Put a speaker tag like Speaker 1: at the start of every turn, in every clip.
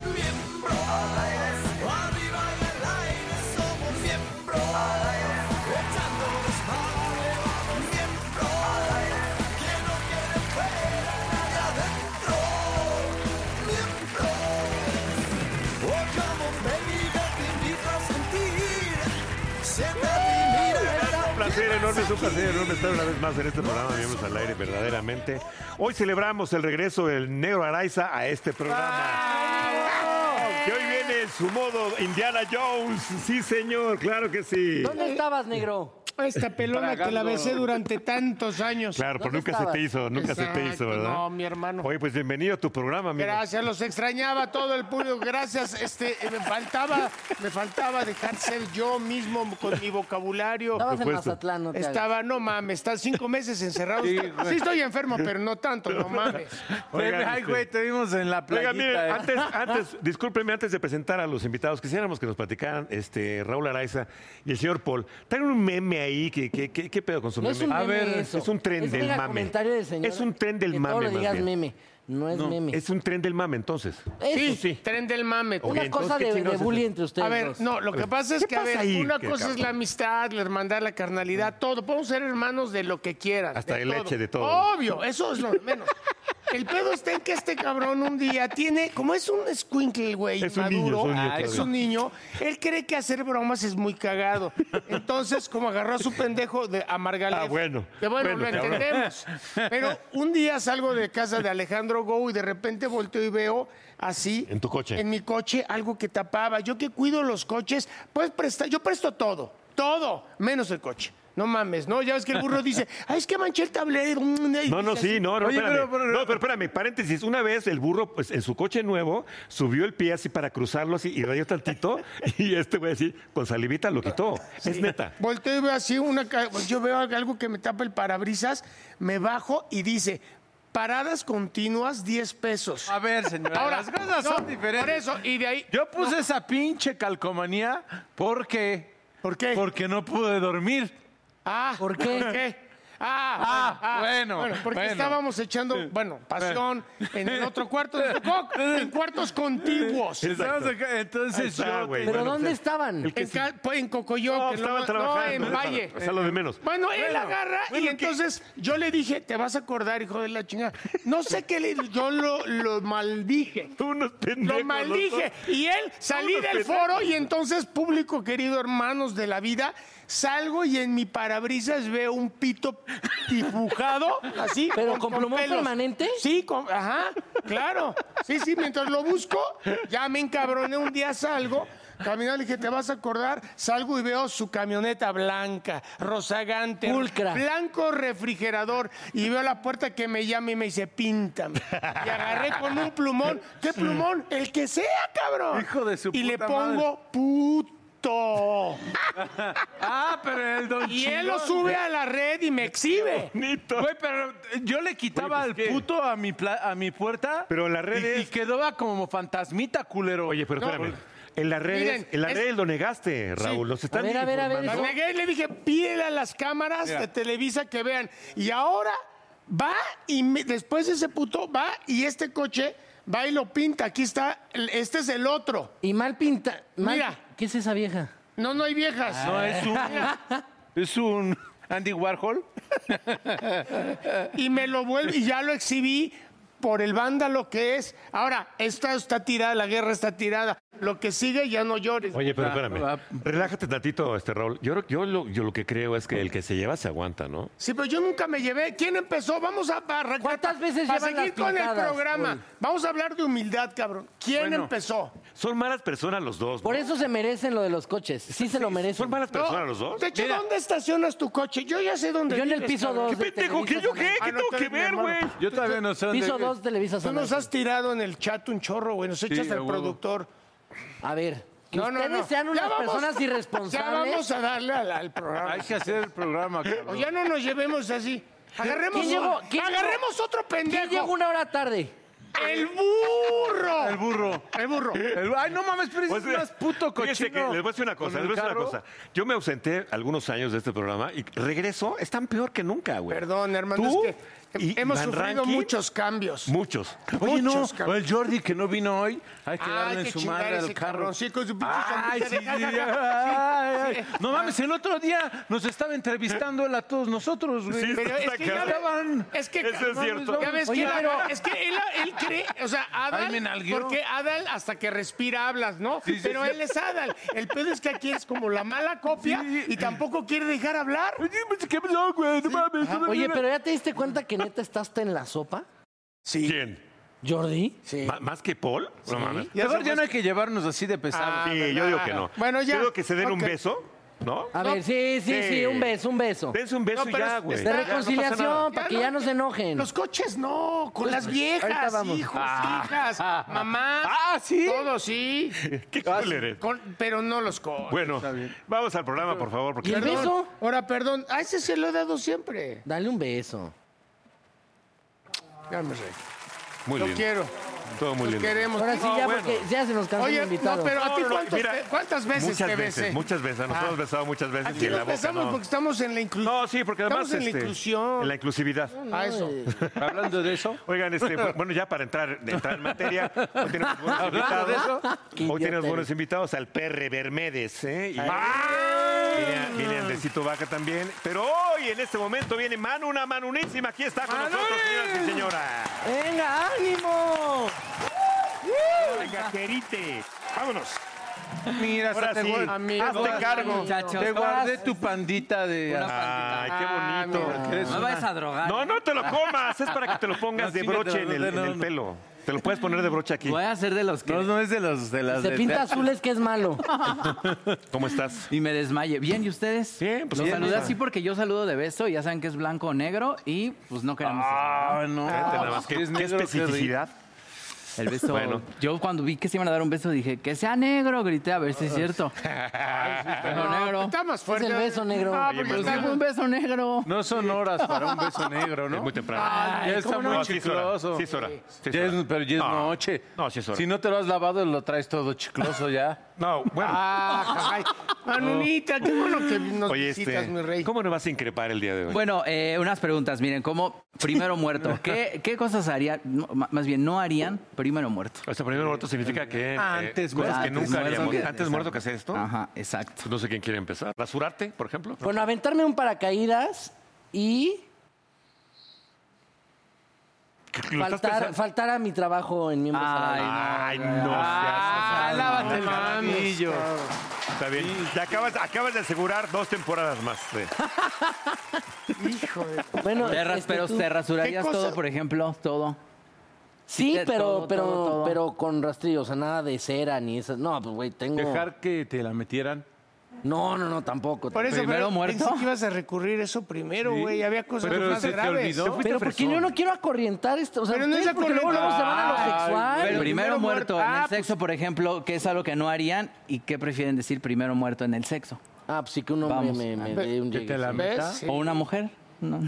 Speaker 1: Miembro al aire, arriba y al aire, somos miembro al aire, echando desmadre, miembro al aire, que no quiere fuera ni adentro, miembro. Oh, come on, baby, yo te invito a sentir, siéntate y mira.
Speaker 2: Un placer enorme, es un placer enorme estar una vez más en este programa, Miembros al Aire, verdaderamente. Hoy celebramos el regreso del Negro Araiza a este programa. Que hoy viene en su modo Indiana Jones. Sí, señor, claro que sí.
Speaker 3: ¿Dónde estabas, negro?
Speaker 4: Esta pelona que la besé durante tantos años.
Speaker 2: Claro, pero
Speaker 3: ¿Dónde
Speaker 2: nunca se
Speaker 3: estabas?
Speaker 2: te hizo, nunca se te
Speaker 4: Exacto,
Speaker 2: hizo, ¿verdad?
Speaker 4: No, mi hermano.
Speaker 2: Oye, pues bienvenido a tu programa, amigo.
Speaker 4: Gracias, los extrañaba todo el público. Gracias, este, eh, me faltaba, me faltaba dejar ser yo mismo con mi vocabulario.
Speaker 3: Estabas en
Speaker 2: supuesto.
Speaker 3: Mazatlán, no te hagas.
Speaker 4: Estaba, no mames, están cinco meses encerrados. Sí, estoy enfermo, pero no tanto, no mames.
Speaker 2: Oigan,
Speaker 5: Ay,
Speaker 2: este-
Speaker 5: güey, te vimos en la playita.
Speaker 2: Oiga, miren,
Speaker 5: eh.
Speaker 2: antes, antes, discúlpenme, antes de presentar a los invitados, quisiéramos que nos platicaran este, Raúl Araiza y el señor Paul. Traen un meme ahí, ¿qué, qué, qué, qué pedo con su
Speaker 3: No
Speaker 2: meme?
Speaker 3: es un
Speaker 2: a
Speaker 3: meme
Speaker 2: ver,
Speaker 3: eso.
Speaker 2: es un tren
Speaker 3: Es
Speaker 2: del
Speaker 3: mera
Speaker 2: mame.
Speaker 3: comentario del señor
Speaker 2: es un tren del
Speaker 3: que
Speaker 2: mame,
Speaker 3: Todo le
Speaker 2: más
Speaker 3: digas
Speaker 2: bien.
Speaker 3: meme. No es meme.
Speaker 2: Es un tren del mame, entonces.
Speaker 3: Es
Speaker 4: Sí, tren del mame.
Speaker 2: Oye,
Speaker 3: una
Speaker 2: entonces,
Speaker 3: cosa
Speaker 2: ¿qué
Speaker 3: de,
Speaker 2: chingados
Speaker 3: de
Speaker 2: es
Speaker 3: bully
Speaker 2: eso?
Speaker 3: entre ustedes.
Speaker 4: A ver,
Speaker 3: dos.
Speaker 4: no, lo que pasa es
Speaker 2: ¿Qué
Speaker 4: que, a
Speaker 2: pasa
Speaker 4: ver,
Speaker 2: ahí?
Speaker 4: una
Speaker 2: Qué
Speaker 4: cosa es
Speaker 2: cabrón.
Speaker 4: la amistad, la hermandad, la carnalidad, todo. Podemos ser hermanos de lo que quieran.
Speaker 2: Hasta de leche, de todo.
Speaker 4: Obvio, eso es lo de menos. El pedo está en que este cabrón un día tiene, como es un squinkle, güey,
Speaker 2: Es un niño, es
Speaker 4: maduro,
Speaker 2: un niño
Speaker 4: es
Speaker 2: todavía.
Speaker 4: un niño, él cree que hacer bromas es muy cagado. Entonces, como agarró a su pendejo de amargarle.
Speaker 2: Ah, bueno.
Speaker 4: Que bueno,
Speaker 2: Bueno,
Speaker 4: lo
Speaker 2: cabrón.
Speaker 4: entendemos. Pero un día salgo de casa de Alejandro Go y de repente volteo y veo así.
Speaker 2: En tu coche.
Speaker 4: En mi coche algo que tapaba. Yo que cuido los coches, pues prestar, yo presto todo, todo, menos el coche. No mames, ¿no? Ya ves que el burro dice, ay, es que manché el tablero. Mm,
Speaker 2: No, no, sí, no, no,
Speaker 5: Oye,
Speaker 2: espérame.
Speaker 5: pero- pero-
Speaker 2: no, pero espérame, paréntesis. Una vez el burro, pues, en su coche nuevo, subió el pie así para cruzarlo así y rayó tantito, y este güey así, con salivita lo quitó. Es neta.
Speaker 4: Volteo y veo así una... ca- pues Yo veo algo que me tapa el parabrisas, me bajo y dice, paradas continuas, 10 pesos.
Speaker 5: A ver, señora,
Speaker 4: Ahora,
Speaker 5: las cosas
Speaker 4: no,
Speaker 5: son diferentes.
Speaker 4: Por eso, y de ahí...
Speaker 5: Yo puse esa pinche calcomanía porque...
Speaker 4: ¿Por qué?
Speaker 5: Porque no pude dormir.
Speaker 4: Ah,
Speaker 3: ¿Por qué?
Speaker 4: Ah,
Speaker 5: Ah, bueno,
Speaker 4: porque
Speaker 5: bueno.
Speaker 4: estábamos echando, bueno, pasión en el otro cuarto, de su co- en cuartos contiguos. En,
Speaker 5: Estamos acá, entonces
Speaker 2: Ahí está,
Speaker 5: yo...
Speaker 2: güey.
Speaker 3: ¿Pero
Speaker 2: bueno,
Speaker 3: dónde
Speaker 2: pues,
Speaker 3: estaban?
Speaker 4: ca- pues, en Cocoyó,
Speaker 2: No,
Speaker 4: que
Speaker 2: estaban
Speaker 4: no,
Speaker 2: trabajando.
Speaker 4: no, en
Speaker 2: estaban-
Speaker 4: Valle.
Speaker 2: o sea, lo de menos.
Speaker 4: Bueno, él
Speaker 5: Bueno,
Speaker 4: agarra y
Speaker 5: bueno, ¿qué?
Speaker 4: entonces yo le dije, te vas a acordar, hijo de la chingada. No sé qué le yo lo, lo maldije.
Speaker 2: Unos pendejos.
Speaker 4: Lo
Speaker 2: los
Speaker 4: maldije.
Speaker 2: dos.
Speaker 4: Y él salí
Speaker 2: Unos
Speaker 4: del
Speaker 2: pendejos.
Speaker 4: foro y entonces, público querido, hermanos de la vida, salgo y en mi parabrisas veo un pito dibujado, así.
Speaker 3: ¿Pero con plumón
Speaker 4: pelos.
Speaker 3: permanente?
Speaker 4: Sí, con- ajá, claro. Sí, sí, mientras lo busco, ya me encabroné. Un día salgo, caminar, le dije, ¿te vas a acordar? Salgo y veo su camioneta blanca, rozagante,
Speaker 3: Pulcra.
Speaker 4: blanco refrigerador. Y veo la puerta que me llama y me dice, píntame. Y agarré con un plumón. ¿Qué plumón? El que sea, cabrón.
Speaker 5: Hijo de su
Speaker 4: Y le
Speaker 5: puta
Speaker 4: pongo puto.
Speaker 5: Ah, pero el don
Speaker 4: Y él
Speaker 5: Chingón.
Speaker 4: lo sube a la red y me exhibe.
Speaker 2: Bonito.
Speaker 5: Güey, pero yo le quitaba
Speaker 2: Oye, pues, ¿qué?
Speaker 5: al puto a mi, pla- a mi puerta.
Speaker 2: Pero en las
Speaker 5: y-
Speaker 2: redes-
Speaker 5: Y, quedaba como fantasmita, culero.
Speaker 2: Oye, pero espérame.
Speaker 4: pues,
Speaker 2: En las redes,
Speaker 4: Miren,
Speaker 2: en las
Speaker 4: es-
Speaker 2: redes lo negaste, Raúl. Los están
Speaker 3: A ver, a ver, a ver,
Speaker 4: Las
Speaker 2: informando.
Speaker 3: ¿No?
Speaker 4: negué y Pues, le dije, pídele a las cámaras
Speaker 5: Mira.
Speaker 4: de Televisa que vean. Y ahora va y me- después ese puto va y este coche va y lo pinta. Aquí está, el- este es el otro.
Speaker 3: Y mal pinta. mal-
Speaker 4: Mira.
Speaker 3: ¿Qué es esa vieja?
Speaker 4: No, no hay viejas.
Speaker 5: Ah, No, es un. es un. Andy Warhol.
Speaker 4: y me lo vuelve y ya lo exhibí por el vándalo que es. Ahora, esta está tirada, la guerra está tirada. Lo que sigue ya no llores.
Speaker 2: Oye,
Speaker 5: Ah,
Speaker 2: pero espérame. Relájate tantito, este Raúl. Yo, creo- yo, lo, yo lo que creo es que el que se lleva se aguanta, ¿no?
Speaker 4: Sí, pero yo nunca me llevé. ¿Quién empezó? Vamos a arrancar.
Speaker 3: ¿Cuántas veces
Speaker 4: para
Speaker 3: llevan
Speaker 4: seguir
Speaker 3: las
Speaker 4: con el
Speaker 3: pintadas,
Speaker 4: programa.
Speaker 3: Paul?
Speaker 4: Vamos a hablar de humildad, cabrón. ¿Quién
Speaker 5: Bueno.
Speaker 4: empezó?
Speaker 2: Son malas personas los dos. ¿no?
Speaker 3: Por eso se merecen lo de los coches. Sí se lo merecen.
Speaker 2: ¿Son malas personas los dos?
Speaker 4: De hecho, ¿dónde estacionas tu coche? Yo ya sé dónde
Speaker 3: Yo en el
Speaker 4: vives,
Speaker 3: piso
Speaker 4: cabrón.
Speaker 3: dos.
Speaker 2: ¿Qué pendejo? ¿Qué yo qué?
Speaker 3: Ah,
Speaker 2: ¿Qué
Speaker 4: no,
Speaker 2: tengo que
Speaker 4: tú eres mi
Speaker 2: ver,
Speaker 4: hermano.
Speaker 2: güey?
Speaker 5: Yo todavía no sé dónde
Speaker 3: Piso
Speaker 5: vive.
Speaker 3: 2 Televisa
Speaker 4: Tú
Speaker 3: San
Speaker 4: nos
Speaker 3: Ángel.
Speaker 4: has tirado en el chat un chorro, güey. Nos echas
Speaker 5: Sí, a
Speaker 4: al
Speaker 5: huevo.
Speaker 4: productor.
Speaker 3: A ver, que
Speaker 4: No, no,
Speaker 3: ustedes
Speaker 4: no.
Speaker 3: sean
Speaker 4: Ya
Speaker 3: unas
Speaker 4: vamos-
Speaker 3: personas
Speaker 4: Ya vamos
Speaker 3: irresponsables.
Speaker 4: a darle al, al programa.
Speaker 5: Hay que hacer el programa,
Speaker 4: O
Speaker 5: cabrón.
Speaker 4: ya no nos llevemos así. Agarremos,
Speaker 3: ¿Quién llegó?
Speaker 4: un-
Speaker 3: ¿Quién llegó?
Speaker 4: agarremos otro pendejo.
Speaker 3: ¿Quién llegó una hora tarde?
Speaker 4: El burro.
Speaker 5: El burro.
Speaker 4: El burro.
Speaker 5: El- Ay, no mames, pero
Speaker 2: Pues,
Speaker 5: es más puto cochino.
Speaker 2: fíjense que les voy a decir una
Speaker 5: con
Speaker 2: cosa,
Speaker 5: el
Speaker 2: les voy a decir una
Speaker 5: carro.
Speaker 2: cosa. Yo me ausenté algunos años de este programa y regreso, están peor que nunca, güey.
Speaker 4: Perdón, hermano.
Speaker 2: Tú
Speaker 4: Es que
Speaker 2: y
Speaker 4: he- hemos
Speaker 2: Van
Speaker 4: sufrido
Speaker 2: Rankin,
Speaker 4: muchos cambios.
Speaker 2: Muchos.
Speaker 5: Oye, no,
Speaker 4: Muchos, cabrón.
Speaker 5: o el Jordi que no vino hoy, hay que
Speaker 4: Ay,
Speaker 5: darle
Speaker 4: que
Speaker 5: en su
Speaker 4: chingar
Speaker 5: madre
Speaker 4: ese
Speaker 5: al carro.
Speaker 4: cabrón, sí, con su pinche
Speaker 5: ay,
Speaker 4: sombrita
Speaker 5: sí,
Speaker 4: de-
Speaker 5: sí, ay, ay. No mames, el otro día nos estaba entrevistando él a todos nosotros, güey.
Speaker 2: Sí,
Speaker 4: Pero es
Speaker 2: está
Speaker 4: que ya
Speaker 2: cabrón.
Speaker 5: estaban-
Speaker 4: Es que,
Speaker 2: Eso es
Speaker 4: cabrón,
Speaker 2: cierto.
Speaker 4: Ya ves
Speaker 3: Oye,
Speaker 4: que,
Speaker 3: pero-
Speaker 4: Adal- es que él, él cree, o sea,
Speaker 5: Ay,
Speaker 4: Adal,
Speaker 5: me nalgueó.
Speaker 4: porque Adal hasta que respira hablas, ¿no?
Speaker 5: Sí, sí,
Speaker 4: pero
Speaker 5: sí.
Speaker 4: él es Adal. El pedo es que aquí es como la mala copia
Speaker 5: Sí.
Speaker 4: y tampoco quiere dejar hablar.
Speaker 5: Oye, pues, ¿qué pasó, güey? No mames, no
Speaker 3: Oye,
Speaker 5: mames.
Speaker 3: pero ¿ya te diste cuenta que neta estás en la sopa?
Speaker 2: ¿Quién?
Speaker 3: ¿Jordi?
Speaker 2: Ma- ¿Más que Paul? No mames.
Speaker 5: Mejor ya no hay que llevarnos así de pesado.
Speaker 4: Ah,
Speaker 2: Sí, yo digo que no.
Speaker 4: Bueno, ya.
Speaker 2: Yo digo que se den un
Speaker 4: Ok.
Speaker 2: beso, ¿no?
Speaker 3: A ver, sí, sí, sí,
Speaker 2: Sí.
Speaker 3: un beso, un beso.
Speaker 2: Dense un beso
Speaker 4: No,
Speaker 2: y
Speaker 4: pero
Speaker 2: ya,
Speaker 4: es-
Speaker 2: güey.
Speaker 4: está-
Speaker 3: De
Speaker 4: Ya, no
Speaker 3: reconciliación,
Speaker 2: no pasa nada.
Speaker 3: para que
Speaker 4: Ya,
Speaker 3: ya
Speaker 4: no-
Speaker 3: no se enojen. Pues,
Speaker 4: Los coches no, con las viejas,
Speaker 3: vamos.
Speaker 4: hijos, hijas, mamás.
Speaker 5: Ah, ¿sí?
Speaker 4: Todo, sí.
Speaker 2: Qué cool eres.
Speaker 4: Con- pero no los coches.
Speaker 2: Bueno, vamos al programa, por favor, porque
Speaker 3: ¿Y el beso?
Speaker 4: Ahora, perdón, a ese se lo he dado siempre.
Speaker 3: Dale un beso.
Speaker 4: Ya me reí.
Speaker 2: muy
Speaker 4: Lo
Speaker 2: lindo.
Speaker 4: quiero.
Speaker 2: Todo muy
Speaker 4: Los
Speaker 2: lindo.
Speaker 4: queremos.
Speaker 3: Ahora sí,
Speaker 2: No,
Speaker 3: ya
Speaker 2: bueno.
Speaker 3: porque ya se nos cansó
Speaker 4: Oye,
Speaker 3: el invitado.
Speaker 4: no, pero
Speaker 2: No,
Speaker 4: a ti
Speaker 2: no, no,
Speaker 4: cuántos
Speaker 2: mira,
Speaker 4: te- cuántas veces
Speaker 2: muchas
Speaker 4: te
Speaker 2: veces,
Speaker 4: besé.
Speaker 2: Muchas veces, nos
Speaker 4: Ah.
Speaker 2: hemos besado muchas veces y
Speaker 4: Aquí
Speaker 2: en la
Speaker 4: nos
Speaker 2: boca
Speaker 4: besamos
Speaker 2: no.
Speaker 4: porque estamos en la inclusión.
Speaker 2: No, sí, porque además...
Speaker 4: estamos en la
Speaker 2: este,
Speaker 4: inclusión.
Speaker 2: En la inclusividad.
Speaker 4: A eso.
Speaker 5: Hablando de eso,
Speaker 2: Oigan, este, bu- bueno, ya para entrar, entrar en materia, hoy tenemos buenos
Speaker 5: Hablando de
Speaker 2: invitados.
Speaker 3: Qué
Speaker 2: Hoy
Speaker 3: idiota
Speaker 2: tenemos buenos
Speaker 3: eres.
Speaker 2: invitados al PR Bermedes, ¿eh? Y Viene, viene Andresito Vaca también. Pero hoy, en este momento, viene Manu, una manunísima. Aquí está con nosotros, señoras y señoras.
Speaker 3: ¡Venga, ánimo!
Speaker 2: Gajerite. Vámonos.
Speaker 5: mira,
Speaker 2: Ahora
Speaker 5: hasta
Speaker 2: sí,
Speaker 5: te,
Speaker 4: amigo.
Speaker 5: guardé-
Speaker 2: hazte cargo.
Speaker 6: Muchachos,
Speaker 5: te
Speaker 6: no
Speaker 5: guardé tu pandita de...
Speaker 2: Ay,
Speaker 7: Ah,
Speaker 2: qué bonito.
Speaker 5: porque eres
Speaker 6: me
Speaker 5: una-
Speaker 6: vayas a drogar.
Speaker 2: No, no te lo comas. Es para que te lo pongas
Speaker 5: No,
Speaker 2: de
Speaker 5: sí, me te
Speaker 2: broche
Speaker 5: lo-
Speaker 2: en el,
Speaker 5: no,
Speaker 2: en el
Speaker 5: no.
Speaker 2: pelo. Te lo puedes poner de broche aquí.
Speaker 6: Voy a ser de los que.
Speaker 5: No, no es de los de las
Speaker 3: Se
Speaker 5: de-
Speaker 3: pinta azul es que es malo.
Speaker 5: Pues
Speaker 2: ¿Cómo estás?
Speaker 6: Y me desmaye. Bien, ¿y ustedes?
Speaker 2: Bien, pues,
Speaker 6: Los
Speaker 2: bien,
Speaker 6: saludé
Speaker 2: bien.
Speaker 6: así porque yo saludo de beso y ya saben que es blanco o negro y pues no queremos.
Speaker 5: Ah, no.
Speaker 2: Fíjate nada más, ¿Qué,
Speaker 5: Es
Speaker 2: qué
Speaker 5: negro, qué
Speaker 2: especificidad?
Speaker 6: El beso.
Speaker 2: Bueno.
Speaker 6: Yo cuando vi que se iban a dar un beso dije, que sea negro, grité a ver si es cierto. Pero negro.
Speaker 4: Está más fuerte.
Speaker 3: el beso negro.
Speaker 4: No,
Speaker 3: Oye,
Speaker 4: porque
Speaker 2: pero
Speaker 4: está
Speaker 6: Dame un beso negro.
Speaker 5: No son horas para un beso negro, ¿no?
Speaker 2: Es muy temprano.
Speaker 5: ya está
Speaker 2: ¿cómo
Speaker 5: muy
Speaker 2: no? Sí es hora,
Speaker 5: chicloso.
Speaker 2: sí es hora, sí es
Speaker 5: Ya es-
Speaker 2: hora.
Speaker 5: pero ya es
Speaker 2: No,
Speaker 5: noche.
Speaker 2: no, sí es hora.
Speaker 5: Si no te lo has lavado, lo traes todo chicloso ya.
Speaker 2: No, bueno.
Speaker 4: Ah, ay, Manolita, qué bueno que nos
Speaker 2: Oye,
Speaker 4: visitas,
Speaker 2: este,
Speaker 4: mi rey.
Speaker 2: ¿cómo nos vas a increpar el día de hoy?
Speaker 6: Bueno, eh, unas preguntas. Miren, como primero muerto, ¿qué, qué cosas harían? No, ma- más bien, no harían primero muerto.
Speaker 2: o sea, primero muerto significa que... eh,
Speaker 5: Antes
Speaker 2: cosas
Speaker 6: muerto.
Speaker 2: que nunca
Speaker 6: Antes muerto
Speaker 2: haríamos.
Speaker 6: que-
Speaker 2: Antes muerto que hacer esto.
Speaker 6: Ajá, exacto.
Speaker 2: No sé quién quiere empezar. ¿Rasurarte, por ejemplo?
Speaker 3: Bueno, aventarme un paracaídas y
Speaker 2: ¿Lo estás
Speaker 3: faltar,
Speaker 2: pensando?
Speaker 3: faltar a mi trabajo en miembros al
Speaker 6: Ay,
Speaker 3: aire.
Speaker 2: Ay, no
Speaker 6: Ah,
Speaker 2: seas...
Speaker 5: lávate
Speaker 4: Anillo.
Speaker 2: Está bien. Te acabas, acabas de asegurar dos temporadas más. eh. sí.
Speaker 4: Hijo de...
Speaker 3: Bueno,
Speaker 6: Te ras-
Speaker 3: este,
Speaker 6: pero
Speaker 3: tú-
Speaker 6: te rasurarías
Speaker 4: ¿Qué cosa?
Speaker 6: todo, por ejemplo, todo.
Speaker 3: Sí,
Speaker 6: te-
Speaker 3: pero,
Speaker 6: todo,
Speaker 3: pero,
Speaker 6: todo, todo.
Speaker 3: pero con rastrillo, o sea, nada de cera ni esas. No, pues güey, tengo.
Speaker 5: Dejar que te la metieran.
Speaker 3: No, no, no, tampoco.
Speaker 4: Por eso,
Speaker 6: ¿Primero
Speaker 4: pero
Speaker 6: muerto?
Speaker 4: pensé que ibas a recurrir a eso primero, güey. Había cosas
Speaker 5: Pero
Speaker 4: más
Speaker 5: se te
Speaker 4: graves.
Speaker 5: olvidó.
Speaker 2: Te fuiste
Speaker 3: pero porque
Speaker 2: fresón.
Speaker 3: yo no quiero acorrientar esto. O sea,
Speaker 4: Pero no es
Speaker 3: ustedes porque luego,
Speaker 4: acorrientar.
Speaker 3: luego se van a lo
Speaker 4: Ay,
Speaker 3: sexual.
Speaker 6: Pero primero,
Speaker 4: primero
Speaker 6: muerto,
Speaker 4: muerto.
Speaker 6: en
Speaker 4: Ah,
Speaker 6: el sexo, por ejemplo, que es algo que no harían y qué prefieren decir primero muerto en el sexo.
Speaker 3: Ah, pues sí que un hombre
Speaker 6: Vamos.
Speaker 3: me, me dé un
Speaker 5: Que
Speaker 3: llegue,
Speaker 5: te la
Speaker 3: sí.
Speaker 5: meta.
Speaker 4: ¿Ves? Sí.
Speaker 6: O una mujer. No.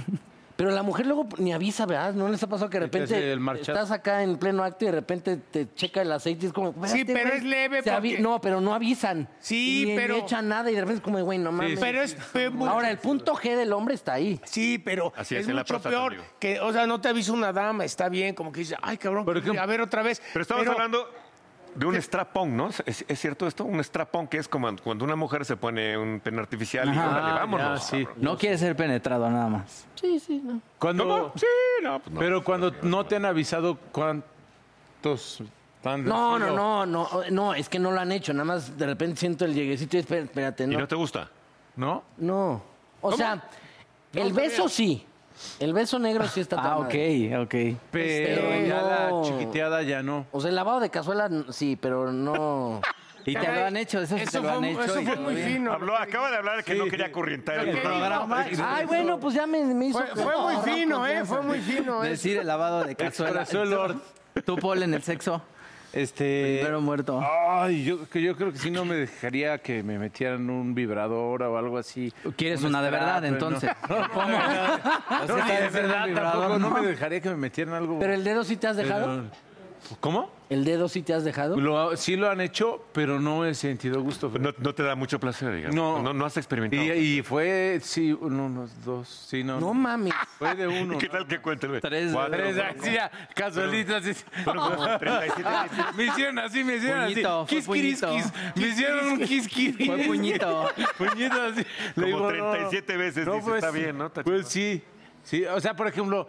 Speaker 3: Pero la mujer luego ni avisa, ¿verdad? ¿No les ha pasado que de
Speaker 5: Que te hace
Speaker 3: repente
Speaker 5: el marchazo.
Speaker 3: estás acá en pleno acto y de repente te checa el aceite y es como... espérate,
Speaker 4: pero
Speaker 3: güey,
Speaker 4: es leve
Speaker 3: se avi-
Speaker 4: porque-
Speaker 3: No, pero no avisan.
Speaker 4: Sí,
Speaker 3: Y ni
Speaker 4: pero-
Speaker 3: echan nada y de repente es como, güey, no mames.
Speaker 4: Pero es... fue muy-
Speaker 3: Ahora, el punto G del hombre está ahí.
Speaker 4: Sí, pero
Speaker 2: Así
Speaker 4: es,
Speaker 2: es, en la
Speaker 4: mucho
Speaker 2: próstata,
Speaker 4: peor
Speaker 2: amigo.
Speaker 4: que, o sea, no te avisa una dama, está bien, como que dice, ay, cabrón,
Speaker 5: Pero que-
Speaker 4: a ver otra vez.
Speaker 2: Pero estamos hablando de un strapón, ¿no? ¿Es, es cierto esto? Un strapón que es como cuando una mujer se pone un pene artificial y órale, vámonos.
Speaker 5: ya, sí.
Speaker 2: cabrón.
Speaker 6: Ah, No quiere ser penetrado nada más.
Speaker 3: Sí, sí, no.
Speaker 5: Cuando,
Speaker 2: ¿Cómo? Sí, no, pues no.
Speaker 5: Pero cuando no te han avisado cuántos
Speaker 7: Tan
Speaker 3: No, no,
Speaker 7: sencillo.
Speaker 3: no, no, no, es que no lo han hecho. Nada más de repente siento el lleguecito y espérate, espérate,
Speaker 8: ¿Y
Speaker 3: no.
Speaker 8: no te gusta?
Speaker 7: ¿No?
Speaker 3: No. O sea, el beso sí. El beso negro sí está
Speaker 6: Ah,
Speaker 3: tan
Speaker 6: ok, ok.
Speaker 7: Pero
Speaker 3: Este,
Speaker 7: ya
Speaker 3: no.
Speaker 7: la chiquiteada ya no.
Speaker 3: O sea, el lavado de cazuela n- sí, pero no.
Speaker 6: Y te lo han hecho, eso sí te lo
Speaker 4: fue,
Speaker 6: han hecho.
Speaker 4: eso
Speaker 6: y
Speaker 4: fue
Speaker 6: te lo
Speaker 4: muy
Speaker 6: bien.
Speaker 4: fino.
Speaker 2: Habló, acaba de hablar que no quería corrientar el programa.
Speaker 3: Ay, bueno, pues ya me, me hizo.
Speaker 4: Fue, fue muy fino, ¿eh? Fue muy fino. ¿eh?
Speaker 6: Decir el lavado de cazuela.
Speaker 7: Expresó el Lord.
Speaker 6: Tú, Paul, en el sexo.
Speaker 7: Este.
Speaker 6: Primero muerto.
Speaker 7: Ay, yo, que yo creo que sí no me dejaría que me metieran un vibrador o algo así.
Speaker 6: ¿Quieres
Speaker 7: Un
Speaker 6: una de verdad,
Speaker 7: strapo,
Speaker 6: entonces?
Speaker 7: Este, ah, No, no, no,
Speaker 6: O sea,
Speaker 7: no, ni
Speaker 6: está
Speaker 7: de
Speaker 6: diciendo
Speaker 7: verdad
Speaker 6: un vibrador,
Speaker 7: tampoco. No
Speaker 6: ¿no?
Speaker 7: me dejaría que me metieran algo.
Speaker 3: Pero el dedo sí te has dejado.
Speaker 7: Eh, ¿Cómo?
Speaker 3: El dedo sí te has dejado.
Speaker 7: Lo- sí lo han hecho, pero no he sentido gusto.
Speaker 2: No, no te da mucho placer, digamos.
Speaker 7: No.
Speaker 2: No, no has experimentado.
Speaker 7: Y, y fue, sí, uno, unos dos, sí, no.
Speaker 3: No mames.
Speaker 7: Fue de uno.
Speaker 2: ¿Y ¿Qué tal que cuente?
Speaker 6: Tres,
Speaker 2: Cuatro,
Speaker 7: Tres,
Speaker 2: cuatro,
Speaker 7: así, ya, casualitas. así. Ah,
Speaker 2: cuatro, 37,
Speaker 7: Me hicieron así, me hicieron
Speaker 6: Puñito,
Speaker 7: así.
Speaker 6: fue puñito.
Speaker 7: Quisquirisquis. Me hicieron un quisquiris.
Speaker 6: Fue puñito.
Speaker 7: Puñito así.
Speaker 2: Como 37 veces, dice, está bien, ¿no? Está
Speaker 7: pues sí. Sí, o sea, por ejemplo,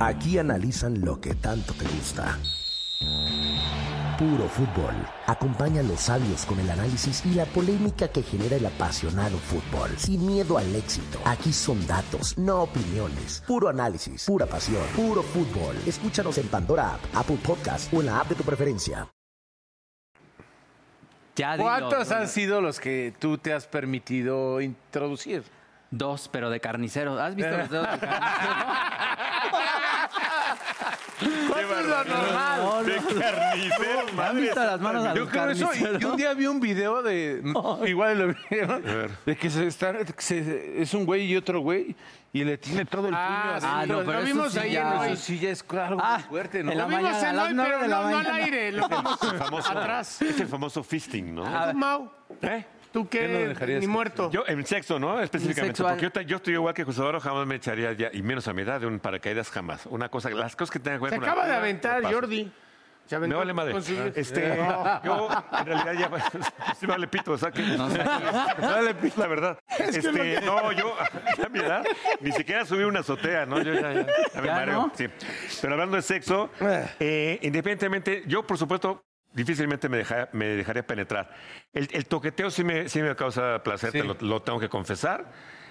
Speaker 9: Aquí analizan lo que tanto te gusta. Puro fútbol. Acompaña a los sabios con el análisis y la polémica que genera el apasionado fútbol. Sin miedo al éxito. Aquí son datos, no opiniones. Puro análisis, pura pasión, puro fútbol. Escúchanos en Pandora App, Apple Podcast o en la app de tu preferencia.
Speaker 6: Ya dilo.
Speaker 7: ¿cuántos han sido los que tú te has permitido introducir?
Speaker 6: Dos, pero de carniceros. ¿Has visto los dedos de
Speaker 7: ¿Cuántos es lo normal?
Speaker 6: carniceros?
Speaker 2: De carnicero,
Speaker 6: ¿Han
Speaker 2: madre.
Speaker 6: visto las manos a
Speaker 7: Yo
Speaker 6: los
Speaker 7: creo eso.
Speaker 6: carniceros?
Speaker 7: Y, y un día vi un video de. Igual lo vieron. De que se está, que se- es un güey y otro güey. Y le tiene todo el puño. así.
Speaker 6: Ah, no, pero eso sí ya-
Speaker 7: Eso sí ya es algo
Speaker 6: Ah,
Speaker 7: muy fuerte, ¿no?
Speaker 6: en la
Speaker 4: Lo vimos
Speaker 6: mañana, a
Speaker 4: en
Speaker 6: las
Speaker 4: hoy,
Speaker 6: nueve
Speaker 4: pero
Speaker 6: de
Speaker 4: no,
Speaker 6: la
Speaker 4: no al
Speaker 6: mañana.
Speaker 4: aire. Lo vimos
Speaker 2: El famoso-
Speaker 4: atrás.
Speaker 2: Es el famoso fisting, ¿no?
Speaker 4: ¿Tú, Mau?
Speaker 7: Ah, ¿Eh?
Speaker 4: ¿Tú qué?
Speaker 7: Yo no dejaría
Speaker 4: Ni
Speaker 7: eso.
Speaker 4: muerto.
Speaker 2: Yo, en sexo, ¿no? Específicamente.
Speaker 6: Sexual.
Speaker 2: Porque yo, ta- yo estoy igual que José Eduardo, jamás me echaría ya, y menos a mi edad, de un paracaídas jamás. Una cosa, las cosas que tengan que ver
Speaker 4: Se
Speaker 2: con la
Speaker 4: acaba de
Speaker 2: altura,
Speaker 4: aventar,
Speaker 2: lo paso.
Speaker 4: Jordi. Se
Speaker 2: Ah, Me
Speaker 4: aventó
Speaker 2: vale madre.
Speaker 4: con su-
Speaker 2: Este, yo, en realidad, ya. Sí, me vale pito, o sea que. Me vale pito, la verdad. Este, no, yo, ya a mi edad, ni siquiera subí una azotea, ¿no? Yo ya, ya, ya me
Speaker 6: ¿Ya
Speaker 2: mareo.
Speaker 6: no?
Speaker 2: Sí. Pero hablando de sexo, eh, independientemente, yo, por supuesto. Difícilmente me, deja- me dejaría penetrar. El, el toqueteo sí me, sí me causa placer, te lo, lo tengo que confesar.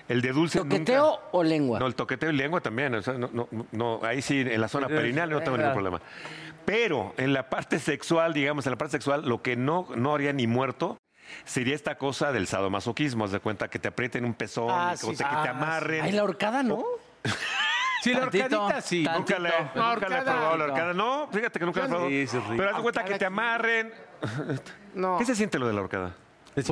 Speaker 2: El de dulce nunca.
Speaker 3: ¿Toqueteo o lengua?
Speaker 2: No, el toqueteo y lengua también. o sea, no, no, no, ahí sí, en la zona perineal no tengo ningún problema. Pero en la parte sexual, digamos, en la parte sexual, lo que no, no haría ni muerto sería esta cosa del sadomasoquismo. Haz de cuenta que te aprieten un pezón,
Speaker 4: Ah,
Speaker 2: y como
Speaker 4: sí,
Speaker 2: te-
Speaker 4: sí.
Speaker 2: que te
Speaker 4: Ah,
Speaker 2: amarren.
Speaker 3: Ay, la horcada, ¿no?
Speaker 7: Sí, la
Speaker 6: Tantito,
Speaker 7: horcadita sí.
Speaker 6: tan-
Speaker 2: Nunca la, he-
Speaker 6: tantito.
Speaker 2: nunca la he
Speaker 4: Ahorcada.
Speaker 2: probado la horcada. No, fíjate que nunca la he probado.
Speaker 7: Sí, eso es rico.
Speaker 2: Pero haz de cuenta que te amarren.
Speaker 4: No.
Speaker 2: ¿Qué se siente lo de la horcada?
Speaker 6: Pues,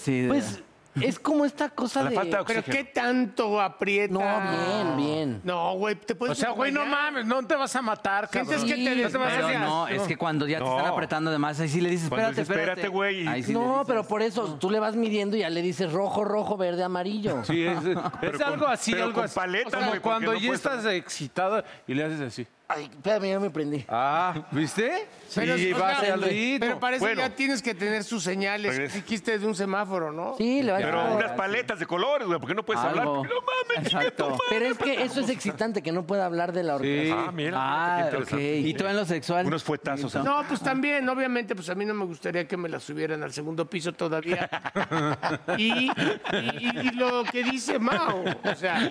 Speaker 6: sí, de-
Speaker 3: Pues es como esta cosa
Speaker 2: La
Speaker 3: de.
Speaker 2: falta de
Speaker 4: ¿Pero
Speaker 2: oxígeno.
Speaker 4: qué tanto aprieta?
Speaker 3: No, bien, bien.
Speaker 4: No, güey, te puedes...
Speaker 7: O sea, güey, no
Speaker 4: desmayar.
Speaker 7: mames, no te vas a matar, cabrón.
Speaker 4: Sientes que te
Speaker 3: Sí,
Speaker 6: Pero
Speaker 4: desmayas.
Speaker 6: no, es que cuando ya te están
Speaker 2: No.
Speaker 6: apretando de más, ahí sí le dices,
Speaker 2: Cuando
Speaker 6: espérate,
Speaker 2: dices,
Speaker 6: espérate.
Speaker 2: espérate, güey, y-
Speaker 6: Ahí sí le
Speaker 3: No,
Speaker 6: dices.
Speaker 3: pero por eso tú le vas midiendo y ya le dices rojo, rojo, verde, amarillo.
Speaker 7: Sí, es, es algo así,
Speaker 2: pero
Speaker 7: algo
Speaker 2: con
Speaker 7: así.
Speaker 2: paleta,
Speaker 7: como
Speaker 2: güey, porque
Speaker 7: cuando
Speaker 2: no
Speaker 7: ya
Speaker 2: puedes-
Speaker 7: estás excitada y le haces así.
Speaker 3: Ay, espérame, ya me prendí.
Speaker 7: Ah, ¿viste?
Speaker 4: Pero,
Speaker 7: y
Speaker 4: o
Speaker 7: vas
Speaker 4: sea,
Speaker 7: al ritmo.
Speaker 4: Pero parece
Speaker 2: Bueno.
Speaker 4: ya tienes que tener sus señales.
Speaker 2: Regresa.
Speaker 4: Dijiste de un semáforo, ¿no?
Speaker 3: Sí, le vas
Speaker 2: Pero
Speaker 3: a
Speaker 2: unas paletas de colores, güey, porque no puedes
Speaker 6: Algo.
Speaker 2: hablar. No mames,
Speaker 6: Exacto.
Speaker 3: Pero es que eso es excitante, que no pueda hablar de la horcada.
Speaker 7: Sí.
Speaker 2: Ah, mira. qué
Speaker 6: Ah, ok.
Speaker 2: interesante.
Speaker 6: ¿Y tú en lo sexual?
Speaker 2: Unos fuetazos. así.
Speaker 4: No, pues también, obviamente, pues a mí no me gustaría que me la subieran al segundo piso todavía. Y, y- y lo que dice Mao, o sea,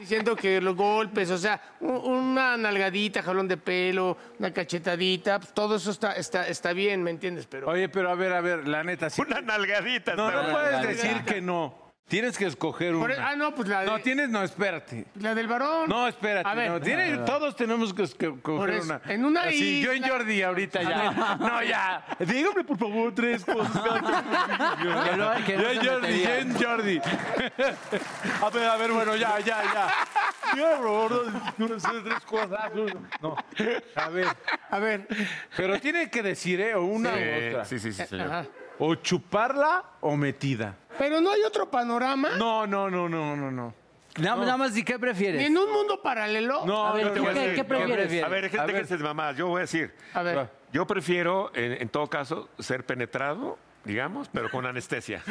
Speaker 4: diciendo que los golpes, o sea, u- una nalgadita, jalón de pelo, una cachetadita, pues todo eso está, está, está bien, ¿me entiendes? Pero
Speaker 7: Oye, pero a ver, a ver, la neta, sí.
Speaker 2: Una nalgadita.
Speaker 7: No,
Speaker 2: está
Speaker 7: no
Speaker 2: bueno.
Speaker 7: puedes decir que no. Tienes que escoger
Speaker 4: Por-
Speaker 7: una.
Speaker 4: ah, no, pues la de-
Speaker 7: No, tienes, no, espérate.
Speaker 4: la del varón.
Speaker 7: No, espérate.
Speaker 4: A ver,
Speaker 7: no, tienes- todos tenemos que esco-
Speaker 4: Por
Speaker 7: escoger
Speaker 4: eso,
Speaker 7: una.
Speaker 4: en una
Speaker 7: Así, yo en
Speaker 4: isla-
Speaker 7: Jordi ahorita ya. No, ya. Dígame, por favor, tres cosas. cada quien.
Speaker 6: Que no- que no se
Speaker 7: yo en Jordi,
Speaker 6: metería.
Speaker 7: yo en Jordi. A ver, a ver, bueno, ya, ya, ya.
Speaker 5: ¡Qué horror! Uno, dos, tres, cuadrazos. No, a ver.
Speaker 4: A ver.
Speaker 5: Pero tiene que decir, ¿eh? O una u otra.
Speaker 10: Sí, sí, sí, señor.
Speaker 4: Ajá.
Speaker 5: O chuparla o metida.
Speaker 4: Pero no hay otro panorama.
Speaker 5: No, no, no, no, no, no.
Speaker 6: Nada, nada más, ¿y qué
Speaker 4: Ni
Speaker 6: prefieres?
Speaker 4: en un mundo paralelo.
Speaker 5: No,
Speaker 3: A ver,
Speaker 5: no,
Speaker 3: ¿tú
Speaker 5: no,
Speaker 3: qué-
Speaker 5: no,
Speaker 3: qué
Speaker 5: no,
Speaker 3: prefieres?
Speaker 5: no,
Speaker 2: A ver,
Speaker 5: A
Speaker 2: gente
Speaker 5: ver.
Speaker 2: que se mamás, yo voy a decir.
Speaker 4: A ver.
Speaker 2: Yo prefiero, en, en todo caso, ser penetrado, digamos, pero con anestesia.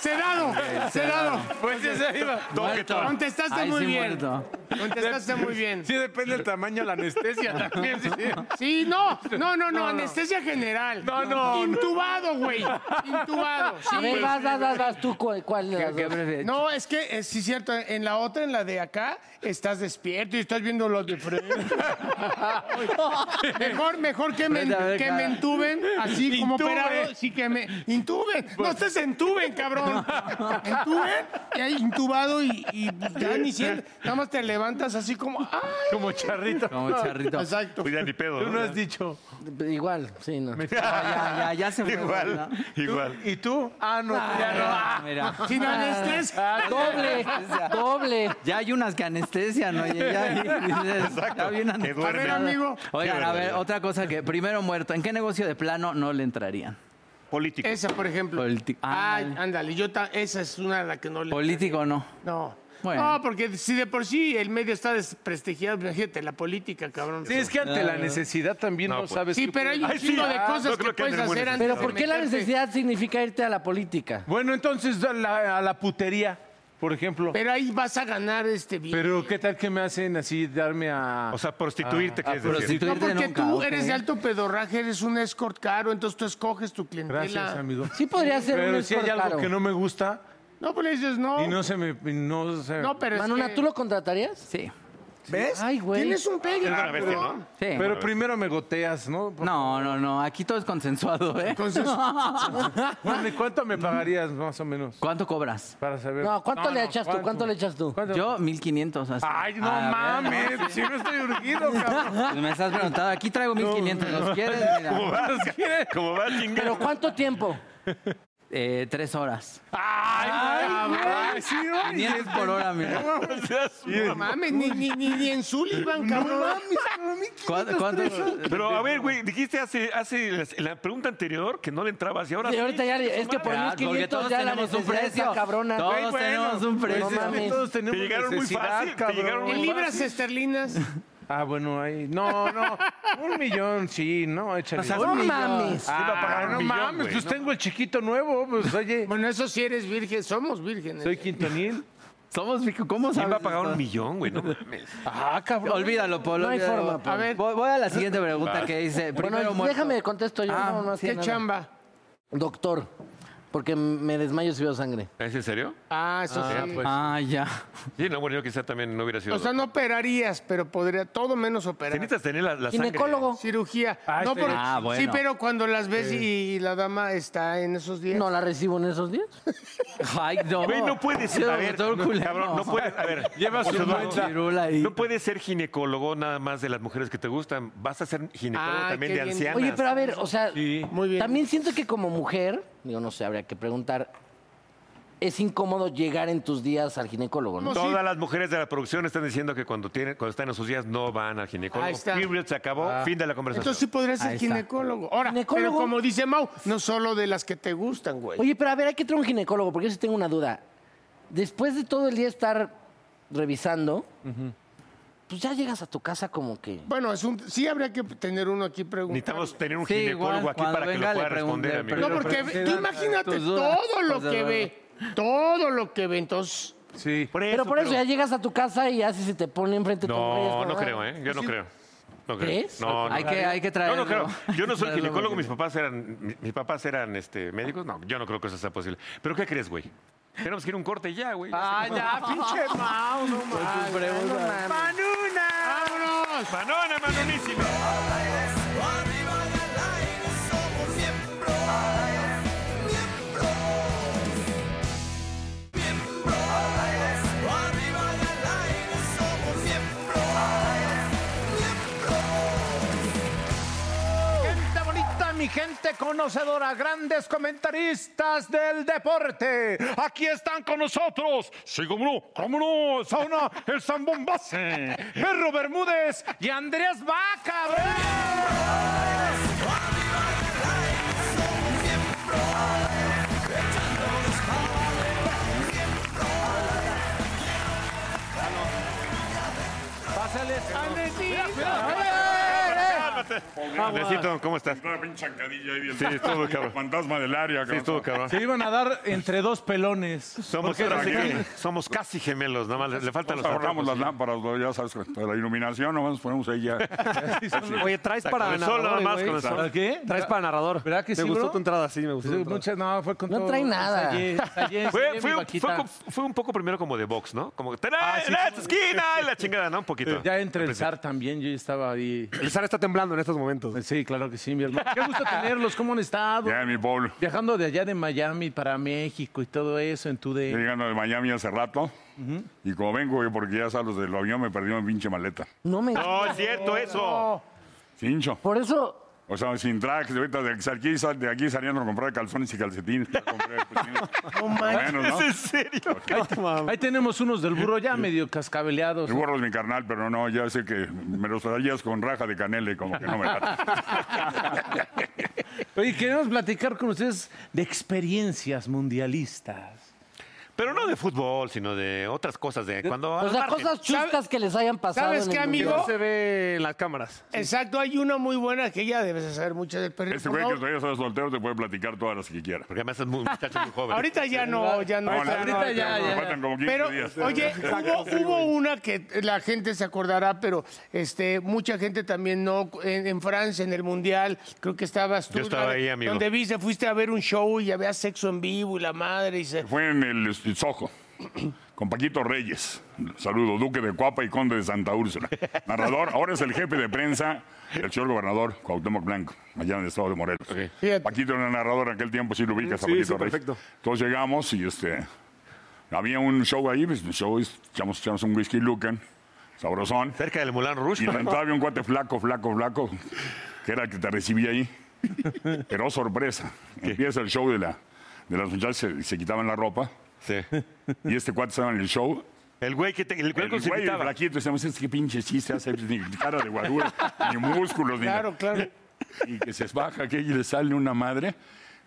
Speaker 4: Sedado. Sedado.
Speaker 5: Pues esa iba.
Speaker 6: Muerto.
Speaker 4: Contestaste
Speaker 6: Ahí
Speaker 4: muy
Speaker 6: sí,
Speaker 4: bien.
Speaker 6: muerto.
Speaker 4: Contestaste muy bien.
Speaker 5: Sí, depende del tamaño de la anestesia también. sí, sí.
Speaker 4: Sí, no, no, no, no, anestesia general.
Speaker 5: No, no.
Speaker 4: Intubado, güey. Intubado.
Speaker 3: A ver, vas, vas, vas, vas, tú, ¿cuál, cuál de las
Speaker 6: ¿Qué
Speaker 3: dos?
Speaker 6: prefieres?
Speaker 4: No, es que eh, sí es cierto, en la otra, en la de acá, estás despierto y estás viendo los de frente. mejor, mejor que me,
Speaker 6: Vete a ver,
Speaker 4: que
Speaker 6: cara.
Speaker 4: me entuben, así como
Speaker 5: Intuben.
Speaker 4: operado, sí que me intuben. No estés entuben, cabrón. Entuben, y ahí intubado y, y ya ni sientes. Nada más te levantas así como, ¡ay!
Speaker 5: Como charrito.
Speaker 6: Como charrito.
Speaker 4: Exacto.
Speaker 2: Pues ya ni pedo,
Speaker 5: Tú no
Speaker 2: ¿no?
Speaker 5: has dicho.
Speaker 3: Igual, sí, no.
Speaker 6: Ah, ya, ya, ya se fue. ¿no?
Speaker 2: Igual, igual.
Speaker 5: ¿Y tú? Ah, no. ya no.
Speaker 6: Mira.
Speaker 4: Sin anestesia.
Speaker 3: Ah, Doble, doble.
Speaker 6: Ya hay unas que anestesian, oye. Ya, hay- dices, ya hay unas-
Speaker 2: Que duermen.
Speaker 4: A ver, amigo.
Speaker 6: Oigan,
Speaker 2: Qué
Speaker 6: a ver,
Speaker 2: barbaridad.
Speaker 6: otra cosa que primero muerto. ¿En qué negocio de plano no le entrarían?
Speaker 2: Político.
Speaker 4: Esa, por ejemplo.
Speaker 6: Politi-
Speaker 4: Ay,
Speaker 6: ándale.
Speaker 4: ándale, yo ta- esa es una de las que no le...
Speaker 6: Político no.
Speaker 4: No.
Speaker 6: Bueno.
Speaker 4: No, porque si de por sí el medio está desprestigiado, imagínate, la política, cabrón.
Speaker 5: Sí, es que ante la necesidad también no,
Speaker 2: No, pues.
Speaker 5: sabes.
Speaker 4: Sí,
Speaker 5: qué
Speaker 4: pero hay un
Speaker 5: puedes- Ay, sí.
Speaker 4: chingo de
Speaker 5: Ah,
Speaker 4: cosas
Speaker 2: no
Speaker 4: que
Speaker 2: creo que
Speaker 4: puedes
Speaker 2: anden
Speaker 4: hacer
Speaker 2: buenas
Speaker 4: antes
Speaker 3: Pero
Speaker 4: de
Speaker 3: ¿por qué la
Speaker 4: meterte.
Speaker 3: necesidad significa irte a la política?
Speaker 5: Bueno, entonces a la, a la putería, por ejemplo.
Speaker 4: Pero ahí vas a ganar este bien.
Speaker 5: Pero, ¿qué tal que me hacen así darme a.
Speaker 2: O sea, prostituirte,
Speaker 5: Ah,
Speaker 2: ¿qué
Speaker 5: ah,
Speaker 2: es decir?
Speaker 4: no, porque
Speaker 6: Prostituirte
Speaker 4: tú
Speaker 6: nunca,
Speaker 4: eres
Speaker 5: ¿eh?
Speaker 6: ok.
Speaker 4: de alto pedorraje, eres un escort caro, entonces tú escoges tu clientela.
Speaker 5: Gracias, amigo.
Speaker 3: Sí podría ser un
Speaker 5: Pero si hay
Speaker 3: escort
Speaker 5: algo
Speaker 3: caro.
Speaker 5: que no me gusta
Speaker 4: No, pues le dices no.
Speaker 5: y no se me. y No, se-
Speaker 4: No, pero es
Speaker 3: Manuna,
Speaker 4: que-
Speaker 3: ¿tú lo contratarías?
Speaker 6: Sí.
Speaker 4: ¿Ves?
Speaker 3: Ay, güey.
Speaker 4: Tienes un pegue,
Speaker 2: Es buena bestia,
Speaker 4: cabrón.
Speaker 2: ¿no?
Speaker 6: Sí.
Speaker 5: Ah, pero primero me goteas, ¿no?
Speaker 6: no, no, no. Aquí todo es consensuado, ¿eh?
Speaker 4: Entonces,
Speaker 5: Bueno, ¿y ¿Cuánto me pagarías más o menos?
Speaker 6: ¿Cuánto cobras?
Speaker 5: Para saber.
Speaker 3: No, ¿cuánto le echas tú? ¿Cuánto le echas tú?
Speaker 5: ¿Cuánto?
Speaker 6: Yo, 1500. hasta.
Speaker 5: Ay, no
Speaker 6: A ver,
Speaker 5: mames, si no estoy urgido, cabrón.
Speaker 6: pues me estás preguntando. Aquí traigo 1500. ¿Los quieres?
Speaker 2: ¿Cómo
Speaker 6: Mira.
Speaker 2: va? ¿Cómo va,
Speaker 3: ¿Pero
Speaker 2: chingado?
Speaker 3: cuánto tiempo?
Speaker 6: Eh, tres horas.
Speaker 5: Ah, Ay, güey, sí, oye. este,
Speaker 6: 500 por hora, mira.
Speaker 4: no mames, ni, ni, ni, ni en Sullivan, cabrón.
Speaker 6: ¿Cuánto? cuánto-
Speaker 3: eh,
Speaker 2: Pero a ver, güey, dijiste hace, hace la, la pregunta anterior que no le entrabas y ahora
Speaker 3: Y
Speaker 2: sí.
Speaker 3: ahorita ya, es que por
Speaker 6: Ya, porque
Speaker 3: 1500
Speaker 6: todos
Speaker 3: ya la
Speaker 6: tenemos un
Speaker 3: necesidad está
Speaker 6: precio.
Speaker 3: cabrona.
Speaker 6: Todos
Speaker 5: Güey, bueno,
Speaker 6: tenemos un
Speaker 5: pues,
Speaker 6: precio.
Speaker 5: es que
Speaker 3: mames.
Speaker 5: Todos tenemos
Speaker 2: Te llegaron muy
Speaker 5: necesidad,
Speaker 2: fácil, te
Speaker 5: cabrón.
Speaker 2: llegaron muy
Speaker 4: En libras esterlinas.
Speaker 5: Ah, bueno, ahí. No, no. Un millón, sí, no, échale.
Speaker 2: O sea,
Speaker 3: No
Speaker 2: un millón.
Speaker 3: mames.
Speaker 2: Sí va a pagar
Speaker 5: Ah,
Speaker 2: un
Speaker 5: no
Speaker 2: millón,
Speaker 5: mames,
Speaker 2: güey,
Speaker 5: pues
Speaker 2: ¿no?
Speaker 5: tengo el chiquito nuevo, pues oye,
Speaker 4: Bueno, eso sí eres virgen, somos vírgenes.
Speaker 5: soy quintonil.
Speaker 6: Somos ricos. ¿Cómo sabes?
Speaker 2: ¿Quién va a pagar un
Speaker 6: esto?
Speaker 2: millón, güey? No mames.
Speaker 6: Ah, cabrón. Olvídalo, Polo.
Speaker 3: No hay
Speaker 6: olvídalo.
Speaker 3: forma, Polo.
Speaker 6: A ver. Voy, voy a la siguiente pregunta que dice.
Speaker 3: Bueno,
Speaker 6: Primero muerto.
Speaker 3: déjame contesto yo.
Speaker 6: Ah,
Speaker 3: no, no, es que
Speaker 4: ¿Qué
Speaker 3: nada.
Speaker 4: chamba?
Speaker 3: Doctor, porque me desmayo si veo sangre.
Speaker 2: ¿Es en serio?
Speaker 4: Ah, eso sí.
Speaker 6: Ah, ya.
Speaker 2: Sí, no, bueno, yo quizá también no hubiera sido.
Speaker 4: O sea, no operarías, pero podría todo menos operar.
Speaker 2: Te necesitas tener la, la sangre.
Speaker 3: Ginecólogo.
Speaker 4: Cirugía.
Speaker 5: Ah,
Speaker 4: no,
Speaker 5: este-
Speaker 4: porque-
Speaker 6: Ah,
Speaker 4: Sí,
Speaker 6: bueno.
Speaker 4: pero cuando las ves y, y la dama está en esos días.
Speaker 3: No la recibo en esos días.
Speaker 6: Ay, no.
Speaker 2: Güey, no puedes
Speaker 6: Sí,
Speaker 2: ser. A ver,
Speaker 6: doctor
Speaker 2: no,
Speaker 6: culero.
Speaker 2: cabrón, no puedes. A ver,
Speaker 5: Lleva su
Speaker 2: o sea, no-
Speaker 5: mancha.
Speaker 6: Pirula ahí.
Speaker 2: No puedes ser ginecólogo nada más de las mujeres que te gustan. Vas a ser ginecólogo
Speaker 4: Ah,
Speaker 2: también
Speaker 4: qué
Speaker 2: de
Speaker 4: bien.
Speaker 2: ancianas.
Speaker 3: Oye, pero a ver, o sea,
Speaker 4: Muy bien.
Speaker 3: también siento que como mujer, digo, no sé, habría que preguntar, es incómodo llegar en tus días al ginecólogo, ¿no?
Speaker 2: Todas las mujeres de la producción están diciendo que cuando tienen, cuando están en sus días no van al ginecólogo.
Speaker 4: Ahí está. Ah.
Speaker 2: Period, se acabó. Fin de la conversación.
Speaker 4: Entonces sí podría ser
Speaker 6: Ahí está.
Speaker 4: ginecólogo. Ahora,
Speaker 3: ¿Ginecólogo?
Speaker 4: pero como dice Mau, no solo de las que te gustan, güey.
Speaker 3: Oye, pero a ver, hay que traer un ginecólogo, porque yo sí tengo una duda. Después de todo el día estar revisando, pues ya llegas a tu casa como que...
Speaker 4: Bueno, es un, sí habría que tener uno aquí preguntando.
Speaker 2: Necesitamos tener un
Speaker 6: Sí,
Speaker 2: ginecólogo
Speaker 6: igual,
Speaker 2: aquí
Speaker 6: cuando
Speaker 2: para que lo
Speaker 6: venga le
Speaker 2: pueda responder,
Speaker 6: pregunte,
Speaker 2: amigo.
Speaker 4: No,
Speaker 6: pero-
Speaker 4: porque
Speaker 6: pero
Speaker 4: ve-
Speaker 6: sí
Speaker 4: tú
Speaker 6: dan
Speaker 4: imagínate
Speaker 6: tus dudas,
Speaker 4: todo lo
Speaker 11: Pues
Speaker 6: o sea,
Speaker 4: que ve, todo lo que ve. Entonces,
Speaker 5: Sí.
Speaker 3: Pero por eso ya llegas a tu casa y así se te pone enfrente tu mujer y es
Speaker 2: No,
Speaker 3: como,
Speaker 2: no
Speaker 3: ah,
Speaker 2: creo, ¿eh? Yo no creo. No creo.
Speaker 3: ¿Crees?
Speaker 2: No, no.
Speaker 6: Hay que, hay que
Speaker 2: Yo
Speaker 6: traer.
Speaker 2: no creo. Yo no soy
Speaker 6: Traerlo,
Speaker 2: ginecólogo,
Speaker 6: güey.
Speaker 2: mis papás eran, mi- mis papás eran este, médicos. No, yo no creo que eso sea posible. ¿Pero qué crees, güey? Tenemos que ir a un corte ya, güey.
Speaker 5: Ah, ya, pinche Mau, no mames. ¡Manuna!
Speaker 2: ¡Vámonos! ¡Manona, manonísima!
Speaker 1: Arriba del aire somos miembros, miembros, miembros. Arriba del aire somos miembros, miembros.
Speaker 4: gente bonita, mi
Speaker 10: mi gente conocedora, grandes comentaristas del deporte. Aquí están con nosotros, sí, cómo no, cómo no, Sauna, el Zambombase, Perro Bermúdez y Andrés Vaca.
Speaker 1: Pásales.
Speaker 2: Andresito, ¿cómo estás?
Speaker 11: Una pinche zancadilla ahí bien.
Speaker 2: Sí, estuvo cabrón.
Speaker 11: Fantasma del área,
Speaker 2: Sí, estuvo cabrón.
Speaker 7: Se iban a dar entre dos pelones.
Speaker 2: Somos
Speaker 7: Porque-
Speaker 2: casi, gem- somos casi gemelos, nada más le, le faltan
Speaker 11: Nos
Speaker 2: los
Speaker 11: ahorramos las
Speaker 2: anteojos.
Speaker 11: lámparas, güey, ya sabes, para la iluminación, nomás nos ponemos ahí ya.
Speaker 12: Oye, traes para
Speaker 2: Con el sol, nada
Speaker 12: narrador.
Speaker 2: más,
Speaker 12: güey.
Speaker 2: con el sol.
Speaker 12: ¿Para qué? Traes para narrador. ¿Verdad
Speaker 2: que
Speaker 12: me
Speaker 2: sí,
Speaker 12: gustó
Speaker 2: bro?
Speaker 12: tu entrada, sí, me gustó. tu entrada.
Speaker 7: Muchas, no, fue con
Speaker 12: No
Speaker 7: todo-
Speaker 12: trae nada.
Speaker 7: ensayé, ensayé,
Speaker 2: Ah. Fue-
Speaker 7: ensayé
Speaker 2: fue,
Speaker 7: mi
Speaker 2: un- fue
Speaker 7: vaquita.
Speaker 2: como- fue un poco primero como de box, ¿no? Como que ¡Tené,
Speaker 3: Ah,
Speaker 2: en esta esquina! y La chingada, ¿no? Un poquito.
Speaker 7: Ya entre el zar también, yo ya estaba ahí.
Speaker 12: El zar está temblando en estos momentos.
Speaker 7: Sí, claro que sí, mi hermano. Qué gusto tenerlos, ¿cómo han estado?
Speaker 11: Ya, mi Paul.
Speaker 7: Viajando de allá de Miami para México y todo eso en tu
Speaker 11: Yo
Speaker 7: de...
Speaker 11: llegando de Miami hace rato. Y como vengo, güey, porque ya sabes, los del avión me perdió mi pinche maleta.
Speaker 3: No me
Speaker 2: No, es cierto eso.
Speaker 11: Cincho.
Speaker 3: Por eso
Speaker 11: O sea, sin tracks, de ahorita de aquí, sal- de aquí saliendo a comprar calzones y calcetines. Ya compré, pues, No manches. Bueno, ¿no?
Speaker 2: ¿Es en serio?
Speaker 7: Ahí tenemos unos del burro ya medio cascabeleados.
Speaker 11: El burro es mi carnal, pero no, ya sé que me los traías con raja de canela y como que no me late.
Speaker 7: Oye, queremos platicar con ustedes de experiencias mundialistas.
Speaker 2: Pero no de fútbol, sino de otras cosas. De cuando
Speaker 3: O
Speaker 2: al
Speaker 3: sea,
Speaker 2: margen.
Speaker 3: cosas chuscas que les hayan pasado.
Speaker 4: ¿Sabes
Speaker 3: en
Speaker 4: qué,
Speaker 3: el
Speaker 4: amigo?
Speaker 3: mundial.
Speaker 12: No se ve en las cámaras.
Speaker 4: Exacto, hay una muy buena que ya debes de saber mucho del perrito.
Speaker 11: Este
Speaker 4: Por
Speaker 11: güey que
Speaker 4: favor,
Speaker 11: todavía está soltero te puede platicar todas las que quiera.
Speaker 2: Porque me haces un muchacho muy joven.
Speaker 4: Ahorita ya no, ya no.
Speaker 11: No, la-
Speaker 4: ya no,
Speaker 11: ahorita ya, me faltan como 15
Speaker 4: Pero,
Speaker 11: días.
Speaker 4: oye, hubo, hubo una que la gente se acordará, pero este, mucha gente también no. En, en Francia, en el Mundial, creo que estabas tú.
Speaker 2: Yo estaba
Speaker 4: la-
Speaker 2: ahí, amigo.
Speaker 4: Donde viste, fuiste a ver un show y había sexo en vivo y la madre y se...
Speaker 11: Fue en el Sojo, con Paquito Reyes. Saludo, duque de Cuapa y conde de Santa Úrsula. Narrador, ahora es el jefe de prensa del señor gobernador Cuauhtémoc Blanco, allá en el estado de Morelos.
Speaker 4: Fíjate.
Speaker 11: Paquito era narrador en aquel tiempo, sí lo ubicas a
Speaker 12: Sí,
Speaker 11: Paquito
Speaker 12: sí,
Speaker 11: Reyes.
Speaker 12: perfecto.
Speaker 11: Entonces llegamos y este, había un show ahí, pues, un show, echamos, echamos un whisky Lucan, sabrosón.
Speaker 2: Cerca del Moulin Rouge.
Speaker 11: Y en la entrada había un cuate flaco, flaco, flaco, que era el que te recibía ahí. Pero oh, sorpresa, empieza el show de, la, de las muchachas, se, se quitaban la ropa
Speaker 2: Sí.
Speaker 11: y este cuate estaba en el show.
Speaker 2: El güey que te, el güey
Speaker 11: El
Speaker 2: que nos
Speaker 11: güey, el
Speaker 2: invitaba.
Speaker 11: flaquito, decíamos, "Este, qué pinche chiste hace, ni cara de guadura, ni músculos, ni
Speaker 4: Claro,
Speaker 11: nada".
Speaker 4: claro.
Speaker 11: Y que se baja que y le sale una madre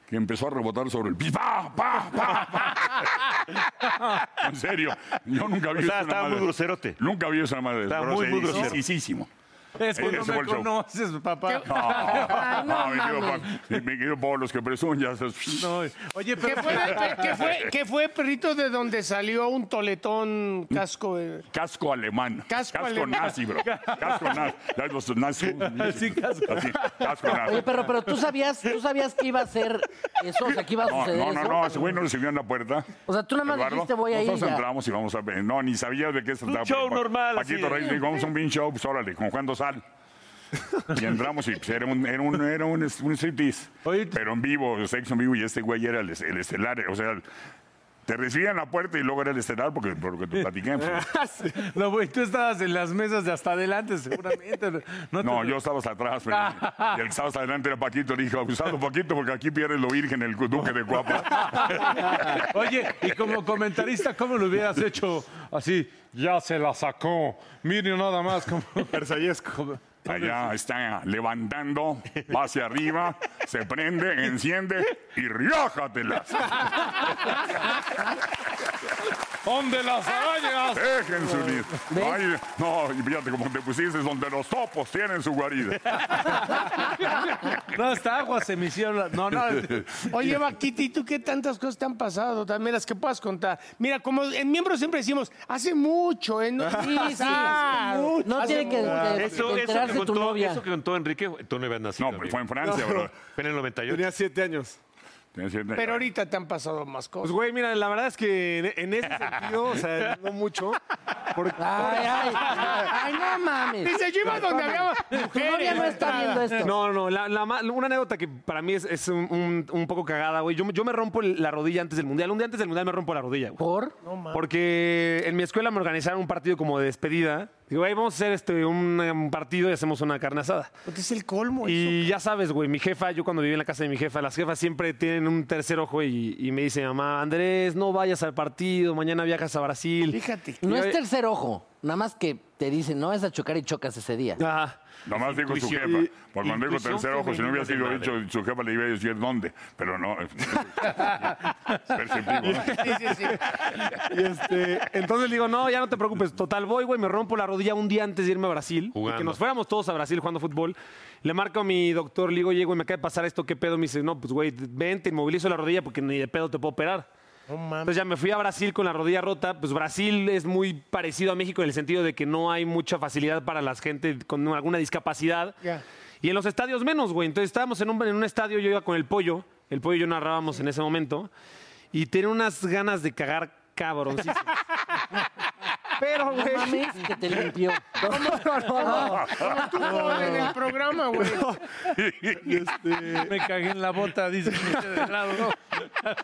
Speaker 11: que empezó a rebotar sobre el... pi- ¡Pa, pa, pa, pa! en serio, yo nunca
Speaker 2: O
Speaker 11: vi
Speaker 2: sea,
Speaker 11: una
Speaker 2: estaba muy
Speaker 11: madre.
Speaker 2: groserote.
Speaker 11: Nunca vi esa madre.
Speaker 2: Estaba muy, muy grosero.
Speaker 11: Groserísimo.
Speaker 7: Es
Speaker 11: que no me
Speaker 7: conoces, papá.
Speaker 11: No, Ah, mi querido Pablo, mi querido Pablo, los que presumen ya se...
Speaker 7: Oye,
Speaker 4: ¿Qué
Speaker 7: pero...
Speaker 4: fue, que fue, que fue perrito de donde salió un toletón casco? eh?
Speaker 11: Casco alemán.
Speaker 4: Casco alemán.
Speaker 11: nazi, bro. Casco nazi. Ya los nazis. Así, casco. casco nazi.
Speaker 3: Oye, pero, pero tú sabías, tú sabías que iba a ser eso, o sea, que iba a
Speaker 11: No,
Speaker 3: suceder
Speaker 11: no, no,
Speaker 3: eso.
Speaker 11: no, ese güey no recibió en la puerta.
Speaker 3: O sea, tú nada más
Speaker 11: Eduardo,
Speaker 3: dijiste, voy a ir
Speaker 11: Nosotros
Speaker 3: ya.
Speaker 11: entramos y vamos a ver. No, ni sabía de qué se trataba.
Speaker 2: show
Speaker 11: pero
Speaker 2: normal, así
Speaker 11: Paquito
Speaker 2: de-
Speaker 11: Reyes me dijo, vamos a un bien show, pues órale, con Juan Dosal. Y entramos y pues, era un, era un, era un, un striptease.
Speaker 7: Oye,
Speaker 11: Pero en vivo, sexo en vivo, y este güey era el, es- el estelar. eh, O sea, te recibían en la puerta y luego era el estelar porque, porque te platiqué. pues.
Speaker 7: No, güey, tú estabas en las mesas de hasta adelante, seguramente. No, te-
Speaker 11: No, yo estaba hasta atrás, pero- y el que estaba hasta adelante era Paquito. Le dije, abusado Paquito, porque aquí pierdes lo virgen, el duque de Guapa.
Speaker 7: Oye, y como comentarista, ¿cómo lo hubieras hecho así? Ya se la sacó. Mire nada más como... Persayesco.
Speaker 11: Allá está levantando, va hacia arriba, se prende, enciende y riójatelas.
Speaker 7: ¡Donde las arañas!
Speaker 11: Dejen su nido. Ay, no, y fíjate como te pusiste, donde los topos tienen su guarida.
Speaker 7: No, hasta agua se me hicieron... la- No, no.
Speaker 4: Oye, Vaquiti, ¿tú qué tantas cosas te han pasado? También las que puedas contar. Mira, como en miembros siempre decimos, hace mucho, ¿eh? No,
Speaker 3: Sí, sí, No
Speaker 4: Hace
Speaker 3: tiene que,
Speaker 4: mucho.
Speaker 3: que- que
Speaker 2: Eso, eso, que
Speaker 3: enterarse tu
Speaker 2: contó,
Speaker 3: novia.
Speaker 2: eso que contó Enrique, tú no habías nacido.
Speaker 11: No, pero
Speaker 2: amigo.
Speaker 11: fue en Francia,
Speaker 12: No.
Speaker 11: ¿verdad?
Speaker 2: Fue en el 98.
Speaker 12: Tenía siete años.
Speaker 11: Tiene cierta-
Speaker 4: Pero ahorita te han pasado
Speaker 12: Pues,
Speaker 4: más cosas.
Speaker 12: güey, mira, la verdad es que en, en ese sentido, o sea, no mucho. Porque,
Speaker 3: Ay, ay, ay, no mames.
Speaker 4: Dice, yo iba donde había
Speaker 3: Tu novia
Speaker 4: mujeres.
Speaker 3: no está viendo esto.
Speaker 12: No, no, la- la ma- una anécdota que para mí es, es un, un- un poco cagada, güey. Yo, me- yo me rompo el- la rodilla antes del mundial. Un día antes del mundial me rompo la rodilla, güey.
Speaker 3: ¿Por?
Speaker 12: Porque en mi escuela me organizaron un partido como de despedida Digo, güey, vamos a hacer este, un, eh, un partido y hacemos una carne asada.
Speaker 4: Es el colmo.
Speaker 12: Y ya sabes, güey, mi jefa, yo cuando viví en la casa de mi jefa, las jefas siempre tienen un tercer ojo y, y me dice, mamá, Andrés, no vayas al partido, mañana viajas a Brasil. Fíjate.
Speaker 3: No es tercer ojo, nada más que te dicen, no es a chocar y chocas ese día.
Speaker 11: Nomás dijo su
Speaker 3: Intuición.
Speaker 11: jefa. Por cuando dijo
Speaker 3: Intuición
Speaker 11: tercer ojo, si no hubiera sido
Speaker 3: femenina de
Speaker 11: dicho su jefa, le iba a decir dónde. Pero no. es- Perceptivo.
Speaker 12: Y este, entonces le digo, no, ya no te preocupes. Total, voy, güey, me rompo la rodilla un día antes de irme a Brasil.
Speaker 2: Jugando.
Speaker 12: Que nos fuéramos todos a Brasil jugando fútbol. Le marco a mi doctor, le digo, oye, güey, me acaba de pasar esto, ¿qué pedo? Me dice, no, pues, güey, ven, te inmovilizo la rodilla porque ni de pedo te puedo operar. Entonces ya me fui a Brasil con la rodilla rota. Pues Brasil es muy parecido a México en el sentido de que no hay mucha facilidad para la gente con alguna discapacidad. Y en los estadios menos, güey. Entonces estábamos en un, en un estadio, yo iba con el pollo. El pollo y yo narrábamos en ese momento. Y tenía unas ganas de cagar cabroncísimo. Pero, güey.
Speaker 3: mames, que te limpió.
Speaker 12: No, no, no.
Speaker 4: Como tú Bob, en el programa, güey.
Speaker 12: Me cagué en la bota, dice.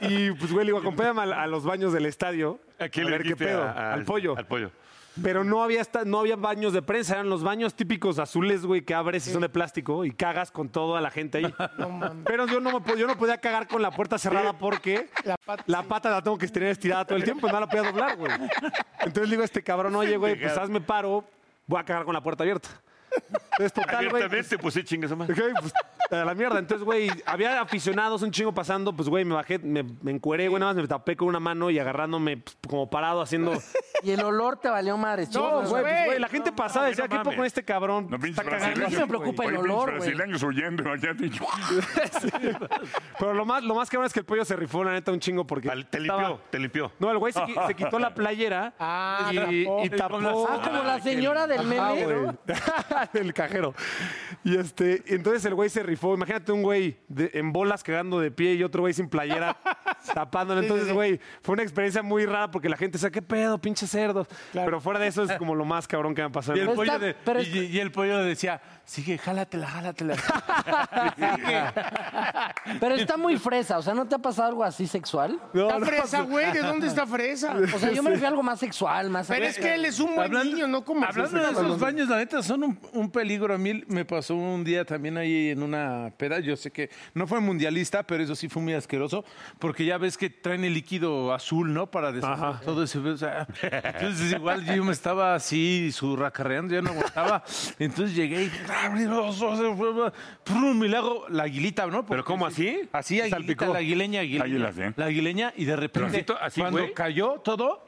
Speaker 12: Y pues, güey, le digo, acompáñame a, a los baños del estadio.
Speaker 2: ¿A quién
Speaker 12: a
Speaker 2: le
Speaker 12: ver qué
Speaker 2: dijiste?
Speaker 12: pedo.
Speaker 2: A- a-
Speaker 12: al pollo.
Speaker 2: Al pollo.
Speaker 12: Pero no había, esta- no había baños de prensa, eran los baños típicos azules, güey, que abres y son de plástico y cagas con toda la gente ahí. Pero yo no, me po- yo no podía cagar con la puerta cerrada porque la pata, la tengo que tener estirada todo el tiempo, no la podía doblar, güey. Entonces le digo a este cabrón, oye, güey, pues
Speaker 2: Pendejada.
Speaker 12: hazme paro, voy a cagar con la puerta abierta. Entonces, total, güey. pues,
Speaker 2: Abiertamente, pues sí, chingas más.
Speaker 12: Ok, pues, a la mierda. Entonces, güey, había aficionados, un chingo pasando, pues, güey, me bajé, me, me encueré, güey, nada más me tapé con una mano y agarrándome pues, como parado haciendo...
Speaker 3: Y el olor te valió madre.
Speaker 12: No, güey, pues, güey, la gente pasaba y decía, ¿qué puedo con este cabrón?
Speaker 11: No, pinches
Speaker 12: Está cagando.
Speaker 11: brasileños.
Speaker 12: No me preocupa el
Speaker 11: Oye, pinches
Speaker 12: olor, güey.
Speaker 11: brasileños huyendo. imagínate.
Speaker 12: Pero lo más, lo más cabrón es que el pollo se rifó, la neta, un chingo porque... Te
Speaker 2: limpió, te limpió.
Speaker 12: No, el güey se, qui- se quitó la playera
Speaker 4: Ah,
Speaker 12: y,
Speaker 4: tapó.
Speaker 12: y tapó...
Speaker 3: Ah, como la señora del meme, ¿no?
Speaker 12: el cajero. Y este, entonces el güey se rifó. Imagínate un güey de- en bolas cagando de pie y otro güey sin playera tapándole.
Speaker 4: Sí, sí,
Speaker 12: Entonces,
Speaker 4: sí.
Speaker 12: güey, fue una experiencia muy rara porque la gente decía, ¿qué pedo, pinche cerdo? Pero fuera de eso es como lo más cabrón que me ha pasado.
Speaker 7: Y el, pollo de-
Speaker 12: Pero
Speaker 7: y- y el pollo decía, sigue, jálatela, jálatela.
Speaker 3: Pero está muy fresa, o sea, ¿no te ha pasado algo así sexual?
Speaker 4: Está fresa, güey. ¿De dónde está fresa?
Speaker 3: O sea, yo me refiero a algo más sexual, más
Speaker 4: Pero es que él es un buen niño, no como...
Speaker 7: Hablando de esos baños, la neta, son un, un peligro. A mí me pasó un día también ahí en una peda. Yo sé que no fue mundialista, pero eso sí fue muy asqueroso, porque ya ves que traen el líquido azul, ¿no? Para deshacer todo ese... o sea, entonces igual yo me estaba así surracarreando, ya no aguantaba. Entonces llegué y... abrí los ojos, prum, Y le hago la aguilita, ¿no? ¿Pero cómo así? Así, ¿eh? aguilita, la aguileña, aguileña.
Speaker 11: Águila, sí.
Speaker 7: La aguileña, y de repente,
Speaker 11: Pero así, así,
Speaker 7: cuando
Speaker 11: güey.
Speaker 7: cayó todo,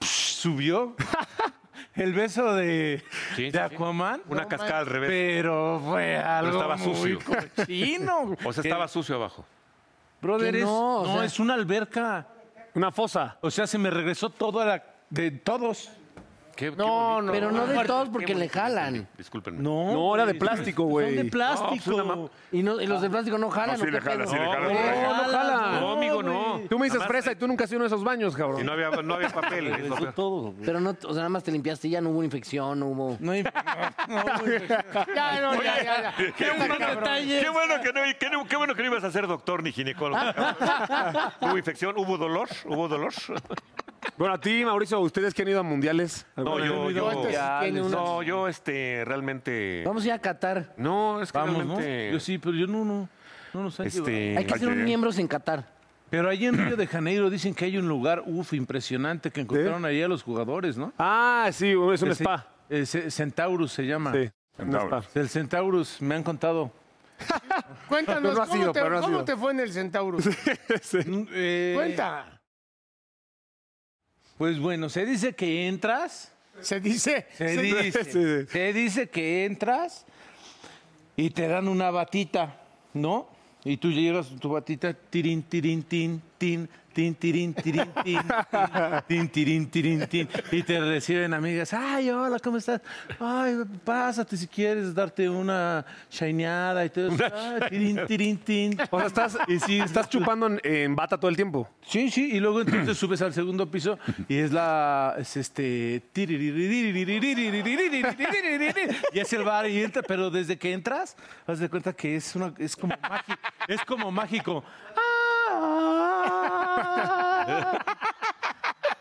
Speaker 7: subió el beso de, de Aquaman.
Speaker 2: Una cascada al revés.
Speaker 7: Pero fue
Speaker 2: Pero
Speaker 7: algo
Speaker 2: estaba
Speaker 7: muy
Speaker 2: sucio.
Speaker 7: cochino.
Speaker 2: O sea,
Speaker 7: Que-
Speaker 2: estaba sucio abajo.
Speaker 7: Brother,
Speaker 2: Que
Speaker 7: es-
Speaker 2: no,
Speaker 7: no,
Speaker 2: o sea-
Speaker 7: es una alberca.
Speaker 12: Una fosa.
Speaker 7: O sea, se me regresó todo a la... De todos.
Speaker 4: No, no.
Speaker 3: Pero no de
Speaker 7: Fuerte,
Speaker 3: todos
Speaker 7: qué
Speaker 3: porque le
Speaker 7: bonito.
Speaker 3: jalan.
Speaker 2: Discúlpenme. pues,
Speaker 7: No,
Speaker 12: No, era de plástico, güey.
Speaker 3: Son de plástico. y, no- y los de plástico no jalan.
Speaker 12: No, sí
Speaker 3: ¿o qué
Speaker 12: le jala,
Speaker 3: pedo?
Speaker 12: sí le jala, No, sí le no jala. jala. No, amigo, no.
Speaker 3: güey.
Speaker 12: Tú me dices fresa y tú nunca has ido a uno de esos baños, cabrón.
Speaker 2: Y no había, no había papel. es lo peor.
Speaker 3: Pero no, o sea, nada más te limpiaste y ya no hubo infección, no hubo...
Speaker 7: No,
Speaker 4: Ya, no, ya, ya, ya.
Speaker 2: Qué bueno, qué bueno que no, qué no- qué bueno que no ibas a ser doctor ni ginecólogo.
Speaker 7: Ah,
Speaker 2: cabrón. hubo infección, hubo dolor, hubo dolor.
Speaker 12: Bueno, a ti, Mauricio, ¿ustedes que han ido a mundiales?
Speaker 2: No,
Speaker 12: ¿Alguna
Speaker 2: yo,
Speaker 12: vez?
Speaker 2: yo,
Speaker 3: tiene unas-
Speaker 2: no, yo, este, realmente.
Speaker 3: Vamos a ir a Qatar.
Speaker 2: No, es que
Speaker 7: Vamos, ¿no?
Speaker 2: realmente.
Speaker 7: Yo sí, pero yo no, no. No nos han
Speaker 2: Este,
Speaker 7: llevado.
Speaker 3: Hay que ser un miembro en Qatar.
Speaker 7: Pero ahí en Río de Janeiro dicen que hay un lugar, uf, impresionante, que encontraron ahí a los jugadores, ¿no?
Speaker 12: Ah, sí, es un
Speaker 7: Ese-
Speaker 12: spa.
Speaker 7: eh, ce- Centaurus se llama.
Speaker 12: Sí,
Speaker 11: Centaurus.
Speaker 7: El Centaurus, me han contado.
Speaker 4: Cuéntanos,
Speaker 7: Pero no ha
Speaker 4: ¿cómo,
Speaker 7: sido,
Speaker 4: te,
Speaker 7: pero no ha
Speaker 4: cómo
Speaker 7: sido.
Speaker 4: te fue en el Centauro?
Speaker 7: Mm, eh,
Speaker 4: Cuenta.
Speaker 7: Pues bueno, se dice que entras.
Speaker 4: Se dice.
Speaker 7: Se,
Speaker 4: se-
Speaker 7: dice. Se dice que entras y te dan una batita, ¿no? Y tú llegas con tu batita, tirín, tirín, tin, tin, tin, tirín, tirín, tin, tin, tin, tirín, tirín, tin. Y te reciben amigas, ay, hola, ¿cómo estás? Ay, pásate si quieres darte una shineada y todo eso. Ay, tirín, tirín, tin.
Speaker 12: O sea, estás, estás chupando en, en bata todo el tiempo.
Speaker 7: Sí, sí, y luego entonces subes al segundo piso y es la es este y es el bar y entra, pero desde que entras, vas de cuenta que es una es como mágico, es como mágico. Ah, ah,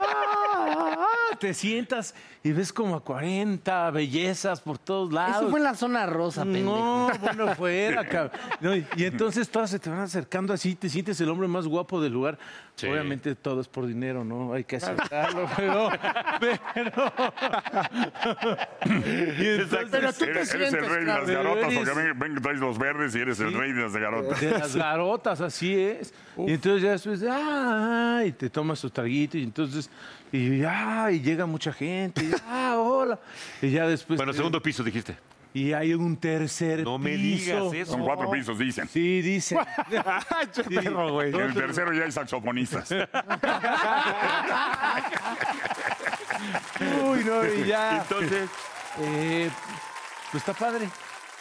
Speaker 7: ah, te sientas y ves como a 40 bellezas por todos lados.
Speaker 3: Eso fue en la zona rosa, pendejo.
Speaker 7: Ah, No, bueno, fuera, cabrón. No, y, y entonces todas se te van acercando así, te sientes el hombre más guapo del lugar. Obviamente todo es por dinero, ¿no? Hay que aceptarlo, pero. pero... Y entonces-
Speaker 11: Eres- eres, el rey de las garotas, porque ven, ven que traes los verdes y eres el rey de las garotas.
Speaker 7: De las garotas, así es. Y entonces ya después, ah, y te tomas tu traguito y entonces, y, ah, y llega mucha gente, y, ah, hola. Y ya después...
Speaker 2: Bueno, segundo piso dijiste.
Speaker 7: Y hay un tercer No
Speaker 2: me digas eso. Son cuatro
Speaker 11: pisos, dicen.
Speaker 7: Sí, dicen.
Speaker 11: En el tercero ya hay saxofonistas.
Speaker 7: Uy, no, y ya. Eh,
Speaker 2: Entonces.
Speaker 7: pues está padre.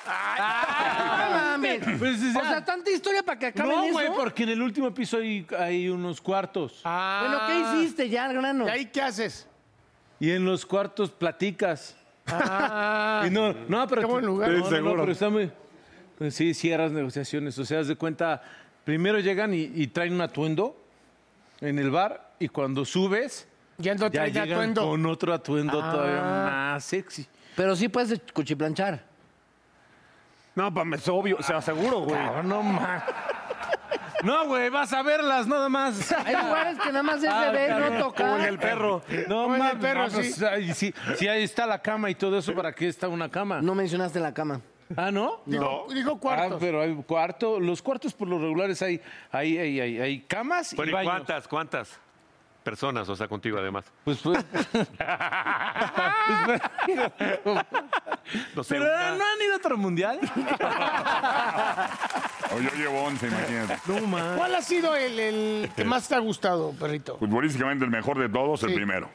Speaker 3: No mames.
Speaker 7: Pues,
Speaker 3: o sea, tanta historia para que acaben
Speaker 7: No,
Speaker 3: eso.
Speaker 7: güey, porque en el último piso hay, hay unos cuartos.
Speaker 3: Ah. Bueno, ¿qué
Speaker 7: Ah.
Speaker 3: hiciste ya, grano?
Speaker 4: ¿Y ahí qué haces?
Speaker 7: Y en los cuartos platicas.
Speaker 4: Ah,
Speaker 7: Y no, no, pero.
Speaker 4: qué buen lugar.
Speaker 7: no,
Speaker 4: Sí,
Speaker 7: no, no,
Speaker 4: seguro.
Speaker 7: pero está muy- pues sí, cierras negociaciones. O sea, haz de cuenta, primero llegan y, y traen un atuendo en el bar y cuando subes.
Speaker 4: Ya no
Speaker 7: ya
Speaker 3: traen
Speaker 7: llegan
Speaker 3: atuendo.
Speaker 7: Con otro atuendo
Speaker 3: Ah.
Speaker 7: todavía más sexy.
Speaker 3: Pero sí puedes cuchiplanchar.
Speaker 12: No, pa, es obvio, o sea, seguro, güey.
Speaker 7: no más. No, güey, vas a verlas nada más.
Speaker 3: Hay lugares que nada más es
Speaker 7: Ah,
Speaker 3: beber,
Speaker 7: cabrón.
Speaker 3: no tocar.
Speaker 7: No,
Speaker 3: Como en el
Speaker 7: mames,
Speaker 3: perro,
Speaker 7: no,
Speaker 3: sí.
Speaker 7: pues, ay, sí. Si ahí está la cama y todo eso, ¿para qué está una cama?
Speaker 3: No mencionaste la cama.
Speaker 7: ¿Ah, no?
Speaker 3: Dijo-
Speaker 7: no.
Speaker 3: dijo cuartos.
Speaker 7: Ah, pero hay cuarto. Los cuartos por los regulares hay, hay, hay, hay, hay camas
Speaker 2: Bueno,
Speaker 7: y
Speaker 2: ¿y
Speaker 7: baños.
Speaker 2: ¿cuántas, cuántas personas, o sea, contigo además?
Speaker 7: Pues fue.
Speaker 2: no sé,
Speaker 7: pero
Speaker 2: una-
Speaker 7: no han ido a otro mundial.
Speaker 11: O yo llevo 11, imagínate.
Speaker 4: ¿Cuál ha sido el, el que más te ha gustado, perrito?
Speaker 11: Futbolísticamente el mejor de todos, el
Speaker 4: Sí.
Speaker 11: primero.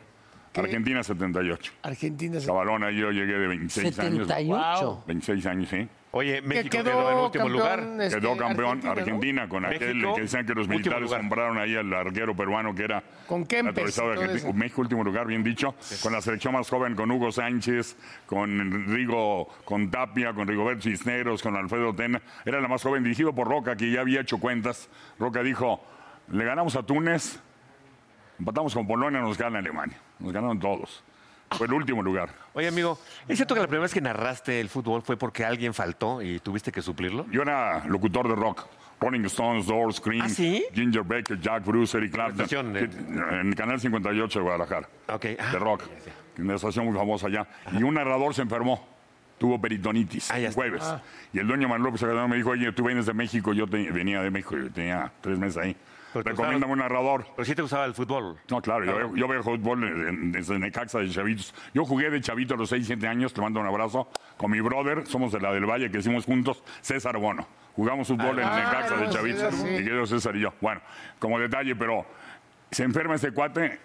Speaker 11: Argentina 78.
Speaker 4: Argentina
Speaker 11: Cabalona, yo llegué de 26 años.
Speaker 4: 78.
Speaker 11: 26 años, sí.
Speaker 2: Oye,
Speaker 4: México quedó quedó en último campeón, lugar. este,
Speaker 11: quedó campeón
Speaker 4: Argentina,
Speaker 11: Argentina,
Speaker 4: ¿no?
Speaker 11: con
Speaker 4: México,
Speaker 11: aquel que decían que los
Speaker 2: último
Speaker 11: militares
Speaker 2: lugar.
Speaker 11: compraron ahí al arquero peruano que era
Speaker 4: Con Kempes
Speaker 11: naturalizado de
Speaker 4: y todo
Speaker 11: Argentina.
Speaker 4: eso.
Speaker 11: México último lugar, bien dicho, con la selección más joven, con Hugo Sánchez, con Rigo, con Tapia, con Rigoberto Cisneros, con Alfredo Tena. Era la más joven, dirigido por Roca, que ya había hecho cuentas. Roca dijo, le ganamos a Túnez, empatamos con Polonia, nos gana Alemania. Nos ganaron todos. Fue el último lugar.
Speaker 2: Oye, amigo, ¿es cierto que la primera vez que narraste el fútbol fue porque alguien faltó y tuviste que suplirlo?
Speaker 11: Yo era locutor de rock. Rolling Stones, Doors, Cream,
Speaker 2: ¿Ah,
Speaker 11: Ginger Baker, Jack Bruce, Eric Clapton.
Speaker 2: ¿eh?
Speaker 11: En el Canal 58 de Guadalajara.
Speaker 2: Ah,
Speaker 11: De rock. Una estación muy famosa allá. Y un narrador se enfermó. Tuvo peritonitis. el jueves.
Speaker 10: Ah.
Speaker 11: Y el dueño Manuel López Obrador me dijo, oye, tú vienes de México. Yo te- venía de México. Yo tenía tres meses ahí. Recomiéndame un narrador.
Speaker 2: Pero sí te gustaba el fútbol.
Speaker 11: No, claro, yo, veo- yo veo fútbol en- desde Necaxa de chavitos. Yo jugué de chavito a los 6, 7 años, te mando un abrazo, con mi brother, somos de la del Valle, que hicimos juntos, César Bono. Jugamos fútbol en
Speaker 10: Ah,
Speaker 11: Necaxa de
Speaker 10: no,
Speaker 11: chavitos,
Speaker 10: sí, sí.
Speaker 11: y quedó César y yo. Bueno, como detalle, pero se enferma este cuate,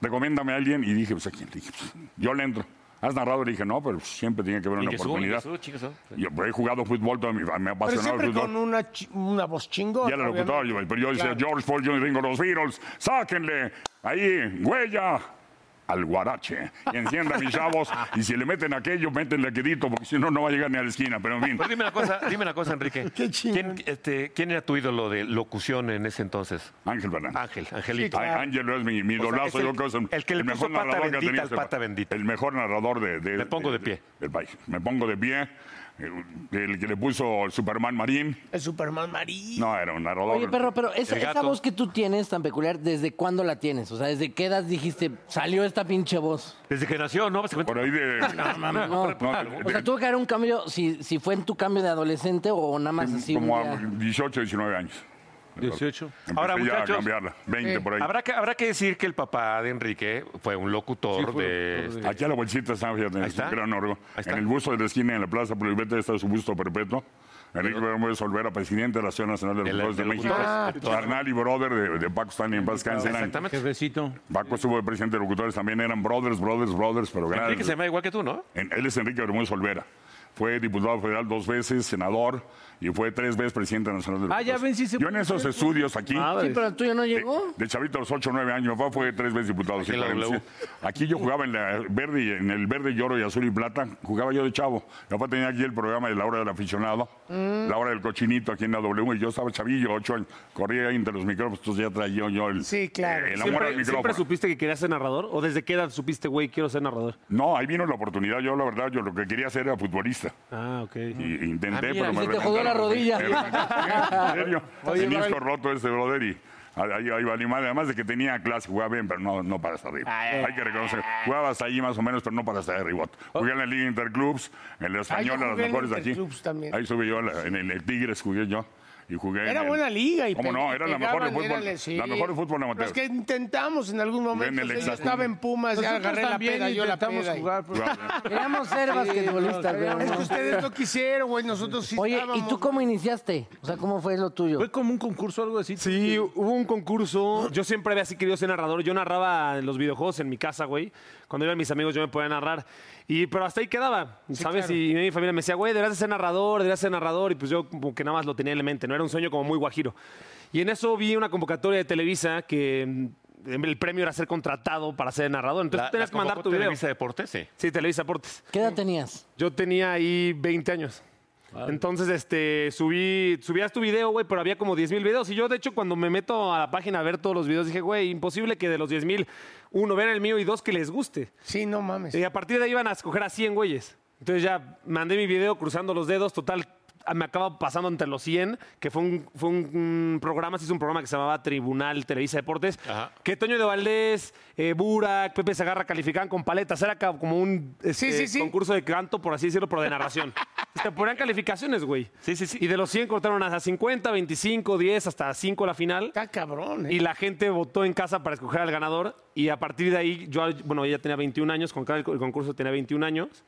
Speaker 11: recomiéndame a alguien, y dije, pues a quién, dije, pues, yo le entro. Has narrado, le dije, no, pero siempre tiene que haber una oportunidad. Yo pues, he jugado fútbol, toda mi- me ha
Speaker 4: Pero
Speaker 11: apasionado el
Speaker 4: siempre
Speaker 11: fútbol.
Speaker 4: con una, chi- una voz chingona.
Speaker 11: Ya era locutor, yo- pero yo decía,
Speaker 4: Claro.
Speaker 11: George Paul, John Ringo, los Beatles, sáquenle ahí, huella al guarache. Y enciendan mis chavos, y si le meten aquello, métenle quedito, porque si no, no va a llegar ni a la esquina, pero en fin.
Speaker 2: Pero Pues dime una cosa, dime una cosa, Enrique. ¿Quién, este, quién era tu ídolo de locución en ese entonces?
Speaker 11: Ángel Fernández.
Speaker 2: Ángel, Angelito.
Speaker 11: Ay, Ángel es mi, mi
Speaker 2: O sea,
Speaker 11: idolazo,
Speaker 2: es el-
Speaker 11: yo creo que es el,
Speaker 2: el que le puso pata
Speaker 11: narrador
Speaker 2: bendita
Speaker 11: tenido
Speaker 2: al
Speaker 11: este
Speaker 2: pata
Speaker 11: país. El mejor narrador de, Me pongo de, pie. Del país. Me pongo de pie. eh, El que le puso el Superman Marín.
Speaker 4: El Superman Marín.
Speaker 11: No, era un narrador.
Speaker 3: Oye, perro, pero esa,
Speaker 11: El
Speaker 3: esa
Speaker 11: gato.
Speaker 3: voz que tú tienes tan peculiar, ¿desde cuándo la tienes? O sea, ¿desde qué edad dijiste, salió esta pinche voz?
Speaker 2: Desde que nació, ¿no?
Speaker 11: Por ahí de...
Speaker 3: No, mames, no. O sea, tuvo que haber un cambio, si, si fue en tu cambio de adolescente o nada más así. un
Speaker 11: como a
Speaker 3: día.
Speaker 11: 18, 19 años.
Speaker 7: 18.
Speaker 11: Ahora,
Speaker 2: Ahora,
Speaker 11: a
Speaker 2: muchachos, eh,
Speaker 11: cambiarla.
Speaker 3: eh,
Speaker 11: 20 por ahí.
Speaker 2: Habrá que, habrá que decir que el papá de Enrique fue un locutor de...
Speaker 11: Aquí a la bolsita está, fíjate, es un gran orgo. En el busto de la esquina, en la plaza Prohibete, está su busto perpetuo. Enrique Bermúdez Olvera, presidente de la Asociación Nacional de los
Speaker 2: El-
Speaker 11: Locutores de
Speaker 2: de
Speaker 11: México.
Speaker 2: locutores. Ah.
Speaker 11: Carnal y brother de, de Paco Stanley en paz cáncer.
Speaker 2: Exactamente.
Speaker 7: Jefecito.
Speaker 11: Paco estuvo de presidente de locutores, también eran brothers, brothers, brothers, pero grandes.
Speaker 2: Enrique se llama igual que tú, ¿no?
Speaker 11: En- él es Enrique Bermúdez Olvera. Fue diputado federal dos veces, senador, y fue tres veces presidente nacional del
Speaker 7: Ah, ya ven, sí se
Speaker 11: Yo en
Speaker 7: puede
Speaker 11: esos
Speaker 7: hacer.
Speaker 11: estudios aquí.
Speaker 7: Sí, pero el tuyo no llegó.
Speaker 11: De chavito a los 8 o 9 años, mi papá fue tres veces diputado. sí,
Speaker 7: en la
Speaker 11: pero
Speaker 7: W.
Speaker 11: sí. Aquí yo jugaba en, la verde, y- en el verde y oro y azul y plata, jugaba yo de chavo. Mi papá tenía aquí el programa de la hora del aficionado,
Speaker 13: Mm.
Speaker 11: la hora del cochinito aquí en la W, y yo estaba chavillo, 8 años, corría ahí entre los micrófonos, entonces ya traía yo el, Eh, el amor al
Speaker 12: ¿Siempre,
Speaker 11: micrófono.
Speaker 12: siempre supiste que querías ser narrador? ¿O desde qué edad supiste, güey, quiero ser narrador?
Speaker 11: No, ahí vino la oportunidad, yo la verdad, yo lo que quería hacer era futbolista.
Speaker 12: Ah, ok.
Speaker 11: Y intenté,
Speaker 12: Ah, mira,
Speaker 11: pero
Speaker 12: y
Speaker 11: me
Speaker 12: se te jodió la
Speaker 11: reventaron.
Speaker 12: rodilla.
Speaker 1: Ah,
Speaker 11: En serio,
Speaker 12: Oye,
Speaker 11: el disco
Speaker 12: Manuel.
Speaker 11: roto ese brother y ahí, ahí valí madre. Además de que tenía clase, jugaba bien, pero no, no para hasta arriba. Hay que reconocer, jugaba hasta allí más o menos, pero no para hasta arriba. Jugué en la Liga Interclubs, en la Española, las
Speaker 4: jugué en
Speaker 11: mejores de aquí.
Speaker 4: Interclubs también.
Speaker 11: Ahí estuve yo, a la- en el, el Tigres jugué yo. Y jugué en
Speaker 4: Era
Speaker 11: el-
Speaker 4: buena liga. Y
Speaker 11: ¿Cómo
Speaker 4: pe-
Speaker 11: no? Era la mejor de
Speaker 4: pegaban,
Speaker 11: fútbol.
Speaker 4: érale, sí.
Speaker 11: La mejor de fútbol
Speaker 4: Pero
Speaker 11: amateur.
Speaker 4: Es que intentamos en algún
Speaker 11: Ven
Speaker 4: momento.
Speaker 11: el
Speaker 4: o sea, yo
Speaker 11: Exacto.
Speaker 4: estaba en Pumas, ya
Speaker 7: Nosotros
Speaker 4: agarré la
Speaker 7: también
Speaker 4: peda, yo la
Speaker 7: intentamos
Speaker 4: peda. y-
Speaker 7: jugar, pero-
Speaker 3: Queríamos ser
Speaker 4: Sí,
Speaker 3: basquetbolistas,
Speaker 4: no,
Speaker 3: pero
Speaker 4: Es
Speaker 3: no.
Speaker 4: que ustedes no quisieron, güey. Nosotros sí
Speaker 3: Oye, ¿y
Speaker 4: estábamos,
Speaker 3: tú cómo iniciaste? O sea, ¿cómo fue lo tuyo?
Speaker 7: Fue como un concurso, algo así.
Speaker 12: Sí, hubo un concurso. Yo siempre había así querido ser narrador. Yo narraba en los videojuegos en mi casa, güey. Cuando iban mis amigos yo me podía narrar. Y, pero hasta ahí quedaba, ¿sabes?
Speaker 7: claro.
Speaker 12: Y mi familia me decía, güey, deberías de ser narrador, deberías de ser narrador. Y pues yo como que nada más lo tenía en la mente. No era un sueño como muy guajiro. Y en eso vi una convocatoria de Televisa que mm, el premio era ser contratado para ser narrador. Entonces
Speaker 14: La-
Speaker 12: tú tenías
Speaker 14: la
Speaker 12: que mandar
Speaker 14: convocó
Speaker 12: tu video.
Speaker 14: Televisa Deportes, sí.
Speaker 12: Sí, Televisa Deportes.
Speaker 3: ¿Qué edad tenías?
Speaker 12: Yo tenía ahí 20 años. Entonces, este, subí, subías tu video, güey, pero había como 10 mil videos. Y yo, de hecho, cuando me meto a la página a ver todos los videos, dije, güey, imposible que de los 10 mil, uno, vean el mío y dos, que les guste.
Speaker 4: Sí, no mames.
Speaker 12: Y a partir de ahí iban a escoger a 100 güeyes. Entonces ya mandé mi video cruzando los dedos, total, a- me acaba pasando entre los 100, que fue un, fue un, un programa, se hizo un programa que se llamaba Tribunal Televisa Deportes, que Toño de Valdés, eh, Burak, Pepe Segarra calificaban con paletas. Era ca- como un este, concurso de canto, por así decirlo, pero de narración. Te ponían calificaciones, güey. Sí, sí, sí. Y de los 100 cortaron hasta 50, 25, 10, hasta 5 la final. Está
Speaker 4: cabrón,
Speaker 12: Y la gente votó en casa para escoger al ganador. Y a partir de ahí, yo, bueno, ella tenía 21 años, con cada el concurso tenía 21 años.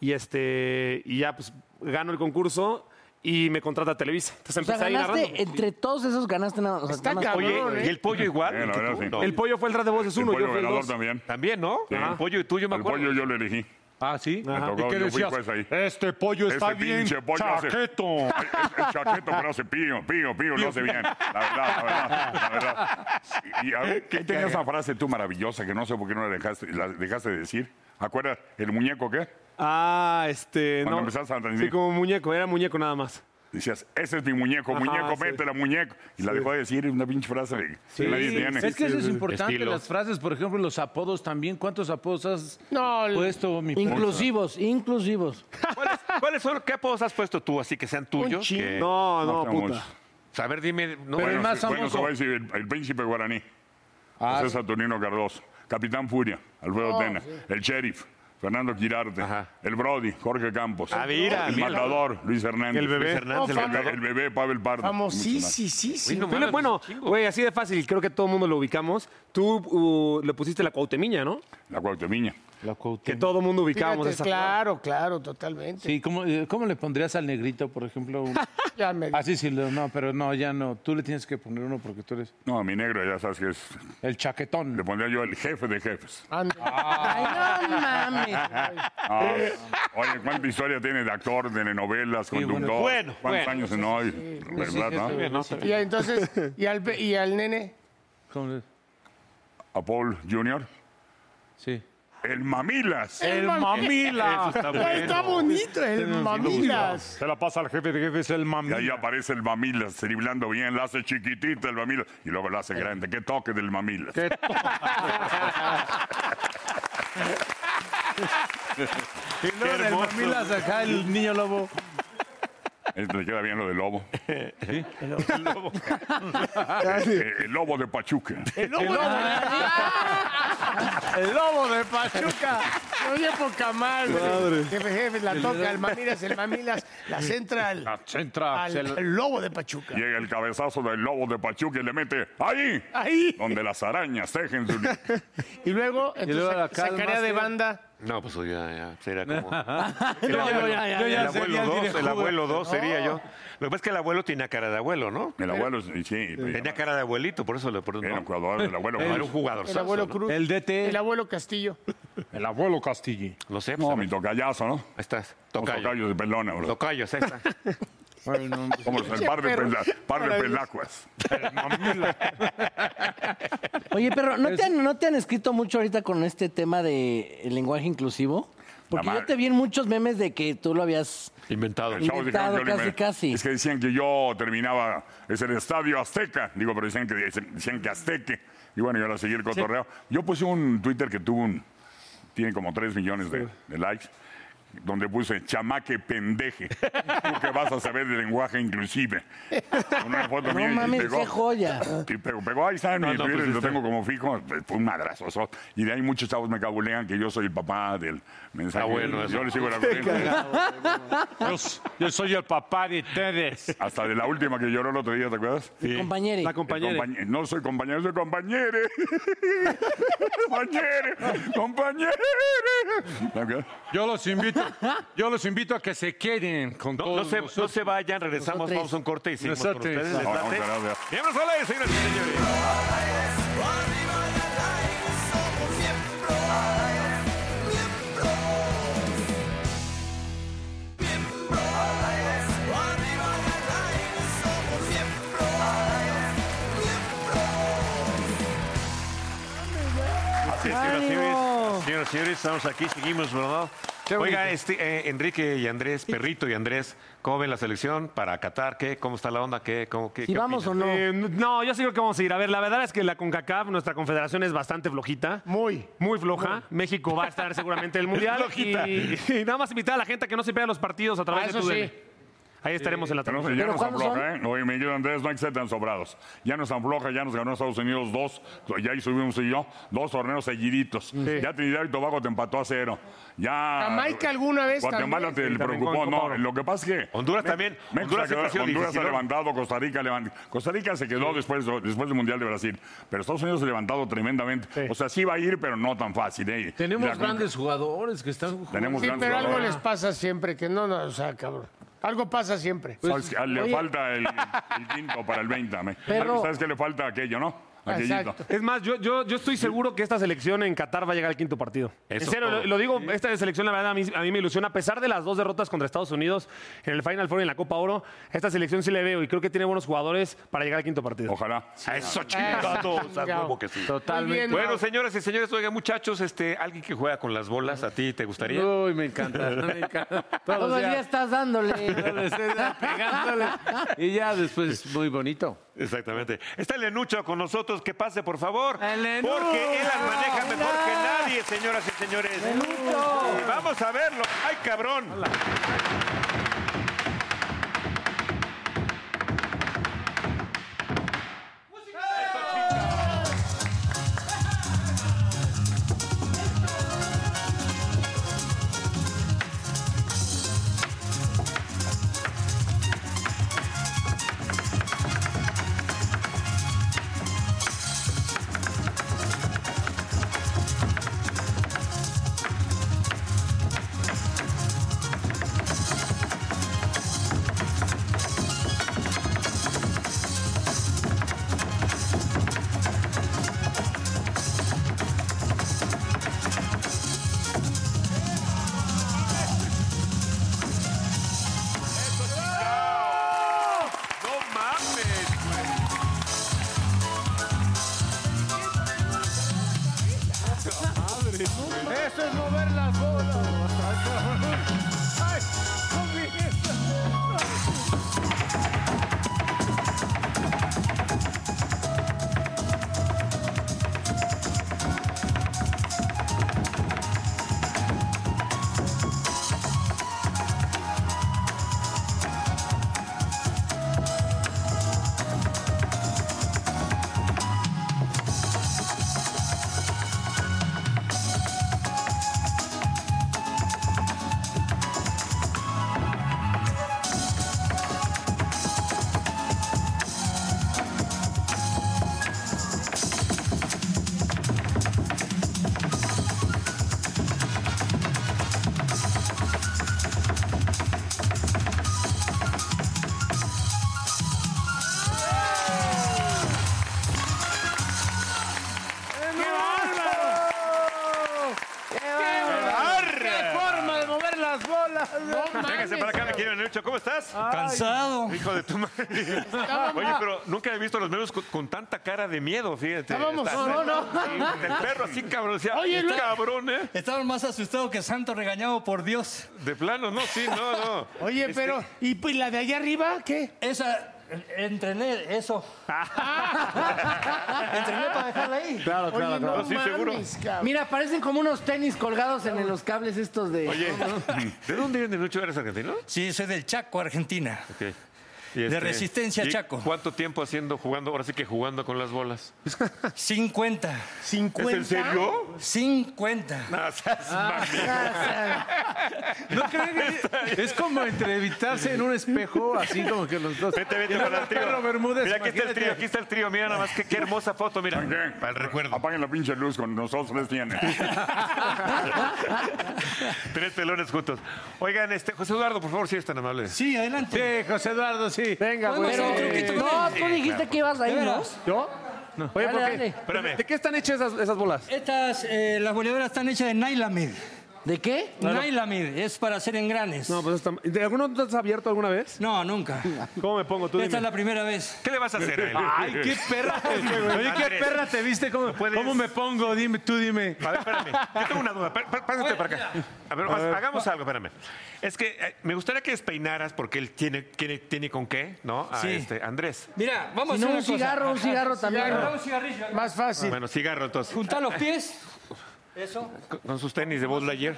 Speaker 12: Y este y ya, pues, gano el concurso y me contrata Televisa. Entonces
Speaker 3: O sea,
Speaker 12: empecé ahí narrando.
Speaker 3: ganaste, entre todos esos ganaste nada más. o sea, nada más-
Speaker 14: Oye, ¿y el pollo igual?
Speaker 11: Sí, la
Speaker 14: que
Speaker 11: verdad,
Speaker 14: tú?
Speaker 11: sí.
Speaker 14: No.
Speaker 12: El pollo fue el ras de voces
Speaker 11: El
Speaker 12: uno,
Speaker 11: pollo
Speaker 12: yo fui el
Speaker 11: ganador
Speaker 12: dos.
Speaker 11: también.
Speaker 14: También, ¿no?
Speaker 11: Sí.
Speaker 14: El pollo y tú, yo me acuerdo.
Speaker 11: El pollo yo lo elegí.
Speaker 7: Ah, sí.
Speaker 11: Me tocó,
Speaker 7: ¿Y qué
Speaker 11: yo fui
Speaker 7: decías?
Speaker 11: juez ahí.
Speaker 7: Este pollo
Speaker 11: Ese
Speaker 7: está bien
Speaker 11: pinche pollo hace-
Speaker 7: chaqueto.
Speaker 11: Es chaqueto, pero hace pío, pío, pío, lo hace bien. La verdad, la verdad, la verdad. Y, y a ver, ¿qué tenías esa frase tú maravillosa que no sé por qué no la dejaste, la dejaste de decir? ¿Acuerdas? ¿El muñeco qué?
Speaker 12: Ah, este.
Speaker 11: Cuando
Speaker 12: no.
Speaker 11: empezaste a transmitir.
Speaker 12: Sí, como muñeco, era muñeco nada más.
Speaker 11: Decías, ese es mi muñeco,
Speaker 12: Ajá,
Speaker 11: muñeco,
Speaker 12: sí.
Speaker 11: métela, muñeco. Y la dejó de decir una pinche frase de
Speaker 7: Sí,
Speaker 11: nadie tiene.
Speaker 7: es que eso es importante, las frases, por ejemplo, los apodos también. ¿Cuántos apodos has puesto, mi
Speaker 3: Inclusivos, inclusivos.
Speaker 14: ¿Cuáles, cuáles son, qué apodos has puesto tú así que sean tuyos?
Speaker 3: chingo.
Speaker 14: que-
Speaker 12: No, no,
Speaker 14: tenemos.
Speaker 12: puta.
Speaker 14: O sea, a ver, dime. No,
Speaker 11: bueno,
Speaker 14: Bueno, sí,
Speaker 11: Bueno,
Speaker 14: bueno,
Speaker 11: se va a decir el, el príncipe guaraní. César Tonino Cardoso. Capitán Furia, Alfredo
Speaker 14: Oh,
Speaker 11: Tena.
Speaker 14: sí.
Speaker 11: El sheriff, Fernando Quirarte. El Brody, Jorge Campos.
Speaker 14: Ah, mira,
Speaker 11: el
Speaker 14: mira.
Speaker 11: matador, Luis Hernández.
Speaker 14: El bebé.
Speaker 11: Luis
Speaker 14: Oh,
Speaker 11: el,
Speaker 14: famo-
Speaker 11: bebé el bebé, Pavel Pardo.
Speaker 4: Famosísimo.
Speaker 12: Tú le- Bueno, güey, así de fácil, creo que todo el mundo lo ubicamos. Tú uh, le pusiste la Cuautemiña, ¿no?
Speaker 11: La Cuautemiña.
Speaker 12: La Cuautemiña. Que todo el mundo ubicamos.
Speaker 4: Fíjate,
Speaker 12: esa
Speaker 4: claro, claro, totalmente.
Speaker 7: Sí, ¿cómo, eh, cómo le pondrías al negrito, por ejemplo? un-
Speaker 4: Ya me
Speaker 7: Así sí, lo- no, pero no, ya no. Tú le tienes que poner uno porque tú eres...
Speaker 11: No, a mi negro, ya sabes que es.
Speaker 7: El chaquetón.
Speaker 11: Le pondría yo el jefe de jefes.
Speaker 3: Ay, no mames.
Speaker 11: Ah, oye, ¿cuánta historia tiene de actor, de novelas, conductor?
Speaker 4: bueno,
Speaker 11: ¿Cuántos
Speaker 4: bueno.
Speaker 11: años en hoy? ¿Verdad, no?
Speaker 4: Y entonces, ¿y al, pe- y al nene?
Speaker 11: a Paul Jr.
Speaker 7: Sí.
Speaker 11: El Mamilas.
Speaker 4: El Mamila. Eso está Ahí bueno. está bonito, el Mamilas.
Speaker 11: Se la pasa al jefe de jefes, el Mamilas. Y ahí aparece el Mamilas, driblando bien, la hace chiquitita el Mamilas y luego la hace grande. ¡Qué toque del Mamilas!
Speaker 7: Y luego del
Speaker 11: hermoso.
Speaker 7: mamilas acá el niño lobo.
Speaker 11: Este le queda bien lo del lobo.
Speaker 7: El lobo.
Speaker 11: Eh, el lobo de Pachuca.
Speaker 4: El lobo, de... el lobo de Pachuca. Oye, poca madre.
Speaker 11: Madre.
Speaker 4: Jefe, jefe, la
Speaker 11: El-
Speaker 4: toca, el mamilas, el mamilas, la central.
Speaker 11: La
Speaker 4: Al, el lobo de Pachuca.
Speaker 11: Llega el cabezazo del lobo de Pachuca y le mete ahí,
Speaker 4: ahí,
Speaker 11: donde las arañas tejen su nido.
Speaker 4: Y luego, entonces,
Speaker 11: luego la
Speaker 4: sac- sacaría
Speaker 11: calma,
Speaker 4: de
Speaker 11: sí.
Speaker 4: banda.
Speaker 14: No, pues yo ya, ya sería como.
Speaker 4: No,
Speaker 14: el
Speaker 4: yo
Speaker 14: abuelo,
Speaker 4: ya, ya,
Speaker 14: el
Speaker 4: ya
Speaker 14: abuelo
Speaker 4: sería el
Speaker 14: dos, el
Speaker 4: Direcudo.
Speaker 14: abuelo 2 sería
Speaker 4: No.
Speaker 14: yo. Lo que pasa es que el abuelo tenía cara de abuelo, ¿no?
Speaker 11: El abuelo, sí. Tenía
Speaker 14: cara de abuelito, por eso le ponen. Era un
Speaker 11: jugador, el abuelo.
Speaker 14: Era un jugador.
Speaker 4: El abuelo Cruz.
Speaker 7: El DT.
Speaker 4: El abuelo Castillo.
Speaker 11: El abuelo Castillo.
Speaker 14: Lo sé. pues,
Speaker 11: No, mi tocayazo, ¿no?
Speaker 14: Estás.
Speaker 11: Tocayos de pelona, bro.
Speaker 14: Tocayos, ahí está.
Speaker 11: Como los del par de,
Speaker 3: Pero-
Speaker 11: pela- par de
Speaker 3: Maravilloso.
Speaker 11: pelacuas.
Speaker 3: Oye, pero ¿no te, han, ¿no te han escrito mucho ahorita con este tema de el lenguaje inclusivo? Porque
Speaker 11: La
Speaker 3: yo
Speaker 11: madre.
Speaker 3: te vi en muchos memes de que tú lo habías...
Speaker 11: Inventado.
Speaker 3: Inventado, casi,
Speaker 11: Es que decían que yo terminaba, es el estadio Azteca. Digo, pero decían que, decían que Azteque. Y bueno, yo ahora seguí el cotorreo. Yo puse un Twitter que tuvo un, tiene como 3 millones de, de likes, donde puse chamaque pendeje. Tú que vas a saber de lenguaje inclusive. Una foto
Speaker 3: No
Speaker 11: mía y
Speaker 3: mames,
Speaker 11: pegó.
Speaker 3: qué joya.
Speaker 11: Y pegó, pegó, ahí está en
Speaker 3: No,
Speaker 11: mi
Speaker 3: no,
Speaker 11: Twitter,
Speaker 3: pues,
Speaker 11: lo
Speaker 3: está.
Speaker 11: tengo como fijo, fue un madrazo. Y de ahí muchos chavos me cabulean que yo soy el papá del mensaje.
Speaker 2: Ah, bueno, eso.
Speaker 11: yo les sigo la
Speaker 2: Qué
Speaker 11: corriente.
Speaker 1: Yo, yo soy el papá de ustedes.
Speaker 11: Hasta de la última que lloró el otro día, ¿te acuerdas?
Speaker 1: Sí. Compañere. La compañere.
Speaker 11: El compañ- No soy compañero, soy compañere. compañere, compañere.
Speaker 1: Yo los invito, yo los invito a que se queden con
Speaker 2: No, no
Speaker 1: todos
Speaker 2: se, no
Speaker 1: nosotros.
Speaker 2: se vayan, regresamos,
Speaker 1: Nosotros.
Speaker 2: vamos a un corte y seguimos con
Speaker 1: Nosotros.
Speaker 2: ustedes. ¿les
Speaker 1: No,
Speaker 2: late?
Speaker 1: muchas gracias.
Speaker 2: Miembros al aire, señoras y señores. Así es, señoras y señores.
Speaker 1: Oh.
Speaker 2: Señoras y señores, estamos aquí, seguimos, ¿verdad? Oiga,
Speaker 12: bonito.
Speaker 2: este, eh, Enrique y Andrés, Perrito y Andrés, ¿cómo ven la selección para Qatar? ¿Qué? ¿Cómo está la onda? ¿Qué? ¿Cómo, qué,
Speaker 12: ¿Y
Speaker 2: qué opinan?
Speaker 12: no? Eh, no, yo sí creo que vamos a ir. A ver, la verdad es que la CONCACAF, nuestra confederación, es bastante flojita. Muy. Muy floja. México va a estar seguramente en el
Speaker 2: Es
Speaker 12: Mundial.
Speaker 2: flojita.
Speaker 12: Y, y nada más invitar a la gente a que no se pierda los partidos a través
Speaker 2: Ah,
Speaker 12: de
Speaker 2: eso
Speaker 12: tu
Speaker 2: sí. Ahí estaremos en la
Speaker 11: Pero no sé,
Speaker 2: transmisión.
Speaker 11: ya nos
Speaker 2: ¿Pero cuándo
Speaker 11: afloja, ¿eh? Oye, mi querido Andrés, no hay que ser tan sobrados. Ya nos afloja, ya nos ganó Estados Unidos dos, ya ahí subimos y yo, dos torneos seguiditos. Ya Trinidad y Tobago te empató a cero. Ya.
Speaker 4: Jamaica alguna vez
Speaker 11: Guatemala
Speaker 4: también.
Speaker 11: te
Speaker 4: Sí, también
Speaker 11: preocupó,
Speaker 4: con
Speaker 11: no.
Speaker 4: Copa Oro.
Speaker 11: Lo que pasa es que. Honduras
Speaker 2: también. Honduras
Speaker 11: Honduras,
Speaker 2: siempre ha sido
Speaker 11: Honduras ha
Speaker 2: dificilón.
Speaker 11: levantado, Costa Rica levantó. Costa Rica se quedó después, después del Mundial de Brasil. Pero Estados Unidos se ha levantado tremendamente. O sea, sí va a ir, pero no tan fácil. ¿eh?
Speaker 7: Tenemos
Speaker 11: La-
Speaker 7: grandes jugadores que están jugando.
Speaker 11: Tenemos
Speaker 4: Sí,
Speaker 11: grandes
Speaker 4: pero algo
Speaker 11: jugadores.
Speaker 4: les pasa siempre, que no, no, o sea, cabrón. Algo pasa siempre.
Speaker 11: ¿Sabes qué? Pues, le
Speaker 4: Pues, Oye,
Speaker 11: falta el, el quinto para el 20. me-
Speaker 4: Pero-
Speaker 11: ¿Sabes qué le falta aquello, no? Aquellito.
Speaker 12: Es más, yo, yo, yo estoy seguro que esta selección en Qatar va a llegar al quinto partido.
Speaker 11: Eso
Speaker 12: en serio,
Speaker 11: todo.
Speaker 12: lo, lo digo, esta selección la verdad a mí, a mí me ilusiona. A pesar de las dos derrotas contra Estados Unidos en el Final Four y en la Copa Oro, esta selección sí le veo y creo que tiene buenos jugadores para llegar al quinto partido.
Speaker 11: Ojalá.
Speaker 1: Ah,
Speaker 2: Eso chingados, a huevo que sí.
Speaker 12: Totalmente. Muy bien,
Speaker 2: bueno,
Speaker 12: Mau.
Speaker 2: señoras y señores, oigan, muchachos, este, alguien que juega con las bolas, ¿a ti te gustaría?
Speaker 1: Uy, me encanta, me encanta.
Speaker 3: Todo,
Speaker 1: Todos
Speaker 3: el
Speaker 1: ya-
Speaker 3: día estás dándole.
Speaker 1: todos les están pegándole. Y ya después, muy bonito.
Speaker 2: Exactamente. Está Lenucho con nosotros, que pase, por favor.
Speaker 1: Lenucho.
Speaker 2: Porque él las maneja mejor que nadie, señoras y señores. Y vamos a verlo. ¡Ay, cabrón! ¡No mames!
Speaker 15: Eso es mover las bolas. Ay, cabrón. Ay, no digas.
Speaker 2: ¡Ay, Cansado. Hijo de tu madre.
Speaker 16: Estábamos-
Speaker 2: Oye, pero nunca he visto a los meros con, con tanta cara de miedo, fíjate.
Speaker 16: Estábamos-
Speaker 2: Está-
Speaker 16: no, no,
Speaker 2: Sí, El perro así cabrón. decía,
Speaker 16: Oye,
Speaker 2: cabrón, ¿eh?
Speaker 13: Estaban más asustados que santo regañado por Dios.
Speaker 2: De plano, no, sí, no, no.
Speaker 4: Oye,
Speaker 13: Este-
Speaker 4: pero, ¿y pues, la de allá arriba qué?
Speaker 13: Esa, entrené eso. entrené para dejarla ahí.
Speaker 3: Claro,
Speaker 4: Oye, claro, claro. no Sí, seguro. mames, cabrón.
Speaker 3: Mira, parecen como unos tenis colgados en los cables estos de...
Speaker 2: Oye,
Speaker 13: Este,
Speaker 2: ¿de dónde eres de Lucho? ¿Eres argentino?
Speaker 13: Sí, soy del Chaco, Argentina.
Speaker 2: Ok. Y este,
Speaker 13: De Resistencia
Speaker 2: ¿y
Speaker 13: Chaco.
Speaker 2: ¿Cuánto tiempo haciendo, jugando, ahora sí que jugando con las bolas?
Speaker 13: 50. ¿50?
Speaker 2: ¿Es en serio?
Speaker 13: 50.
Speaker 2: No,
Speaker 13: Ah.
Speaker 7: ¿No creen que es como entrevistarse en un espejo, así como que los dos.
Speaker 2: Vete, vete
Speaker 7: Y luego
Speaker 2: para el
Speaker 7: el
Speaker 2: trío.
Speaker 7: perro Bermúdez,
Speaker 2: mira, aquí está el
Speaker 7: imagínate.
Speaker 2: trío, aquí está el trío. Mira nada más que qué hermosa foto, mira. Para el recuerdo.
Speaker 11: Apaguen la pinche luz con nosotros les tienen.
Speaker 2: Tres pelones juntos. Oigan, este, José Eduardo, por favor, si es tan amable.
Speaker 13: Sí, adelante.
Speaker 7: Sí, José Eduardo, sí.
Speaker 2: Venga,
Speaker 3: No, tú dijiste que ibas ahí,
Speaker 13: ¿De
Speaker 3: ¿no?
Speaker 13: veras?
Speaker 3: ¿Yo?
Speaker 13: Oye,
Speaker 3: Dale,
Speaker 13: ¿por qué?
Speaker 3: dale.
Speaker 13: Espérame.
Speaker 3: qué están hechas esas, esas bolas?
Speaker 13: Estas, eh, las boleadoras están hechas de Nylamid.
Speaker 3: ¿De qué?
Speaker 13: Nylamid, es para hacer engranes.
Speaker 7: No, pues está- ¿De alguno te has abierto alguna vez?
Speaker 13: No, nunca.
Speaker 7: ¿Cómo me pongo tú?
Speaker 13: Esta
Speaker 7: dime?
Speaker 13: es la primera vez.
Speaker 2: ¿Qué le vas a hacer a él?
Speaker 7: Ay, qué perra. te- Oye, qué
Speaker 2: Andrés.
Speaker 7: perra te viste. ¿Cómo, cómo me pongo? Dime, tú dime.
Speaker 2: A ver, espérame. Yo tengo una duda. Pa- pa- Pásate para acá. A ver,
Speaker 7: A ver.
Speaker 2: hagamos algo, espérame. Es que eh, me gustaría que despeinaras porque él tiene, tiene, tiene con qué, ¿no? A
Speaker 13: Sí.
Speaker 2: este, Andrés.
Speaker 13: Mira, vamos
Speaker 3: Si
Speaker 13: a
Speaker 3: no,
Speaker 13: hacer
Speaker 3: un cigarro, un cigarro también.
Speaker 13: Un cigarrillo.
Speaker 3: Más fácil.
Speaker 2: Bueno, cigarro entonces.
Speaker 13: Junta los pies. Eso.
Speaker 2: Con- Con sus tenis de Buzz Lightyear.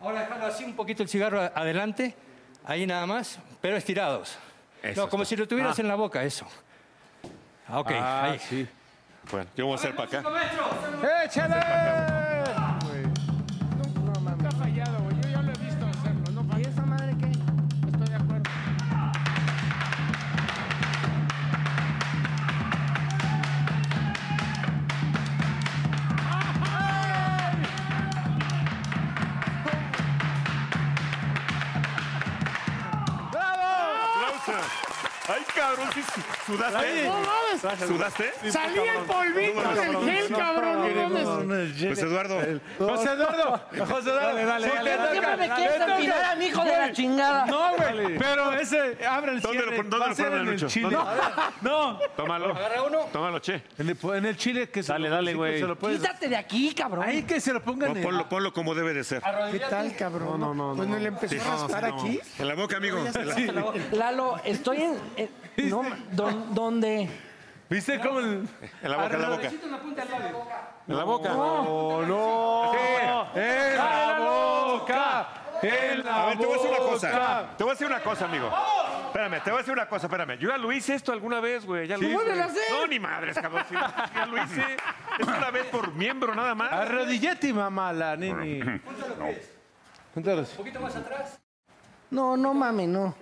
Speaker 13: Ahora dejarlo así un poquito el cigarro a- adelante, ahí nada más, pero estirados.
Speaker 2: Eso
Speaker 13: no, como
Speaker 2: está.
Speaker 13: si lo tuvieras
Speaker 2: Ah.
Speaker 13: en la boca, eso. Ah, ok,
Speaker 2: Ah,
Speaker 13: ahí.
Speaker 2: Bueno, yo voy a hacer para acá.
Speaker 7: ¡Échale!
Speaker 4: Está fallado, güey. Yo ya lo he visto hacerlo. No falla. ¿Y esa madre qué? Estoy de acuerdo.
Speaker 2: ¡Aplausos! ¡Ay, cabrón! sí, sí. ¿Sudaste?
Speaker 1: Ay, no mames.
Speaker 2: Gracias, ¿Sudaste?
Speaker 1: Salí el polvito
Speaker 2: No,
Speaker 1: del
Speaker 2: cabrón.
Speaker 1: gel,
Speaker 2: No,
Speaker 1: cabrón, no
Speaker 2: cabrón.
Speaker 1: mames.
Speaker 2: Pues Eduardo.
Speaker 7: José Eduardo, José Eduardo,
Speaker 1: Dale, dale,
Speaker 7: sí,
Speaker 1: dale,
Speaker 7: te
Speaker 1: dale.
Speaker 7: toca,
Speaker 1: Siempre me
Speaker 7: te
Speaker 1: quieres
Speaker 7: toca.
Speaker 1: empinar a mi hijo de la
Speaker 7: Güey,
Speaker 1: chingada.
Speaker 7: No, güey,
Speaker 1: Dale.
Speaker 7: pero ese, abre el
Speaker 1: ¿Dónde
Speaker 7: chile.
Speaker 1: lo pon- dónde
Speaker 7: va a
Speaker 1: lo
Speaker 7: ser
Speaker 1: ponen,
Speaker 7: en el
Speaker 2: Lucho?
Speaker 7: chile.
Speaker 2: ¿Dónde?
Speaker 7: No.
Speaker 2: Tómalo.
Speaker 7: Agarra uno.
Speaker 2: Tómalo, che.
Speaker 7: En el, en el chile que se Dale, dale,
Speaker 2: güey.
Speaker 3: Quítate de aquí, cabrón.
Speaker 7: Ahí que se lo pongan
Speaker 2: Pon- Ponlo, ponlo como debe de ser.
Speaker 3: ¿Qué tal, cabrón? No, no, no.
Speaker 1: Pues,
Speaker 4: Bueno, le
Speaker 2: Sí. En la boca, amigo. En la-
Speaker 3: Lalo, estoy en... en- no, ma- ¿dó- ¿Dónde?
Speaker 7: ¿Viste cómo el...
Speaker 2: En la boca, en la boca. En la boca.
Speaker 7: No, no. En la boca. En la
Speaker 2: a ver, te voy a decir una cosa.
Speaker 7: boca.
Speaker 2: Te voy a decir una cosa, amigo. Espérame, te voy a decir una cosa, espérame. Yo ya lo hice esto alguna vez, güey. Ya lo
Speaker 7: Sí,
Speaker 2: hice.
Speaker 7: vuélvelo a hacer.
Speaker 2: No, ni madres, cabrón. sí, ya lo hice. Es una vez por miembro nada más.
Speaker 7: Arrodillate, mamá, la nini. Cuéntanos.
Speaker 13: poquito más atrás.
Speaker 3: No, no mames, no.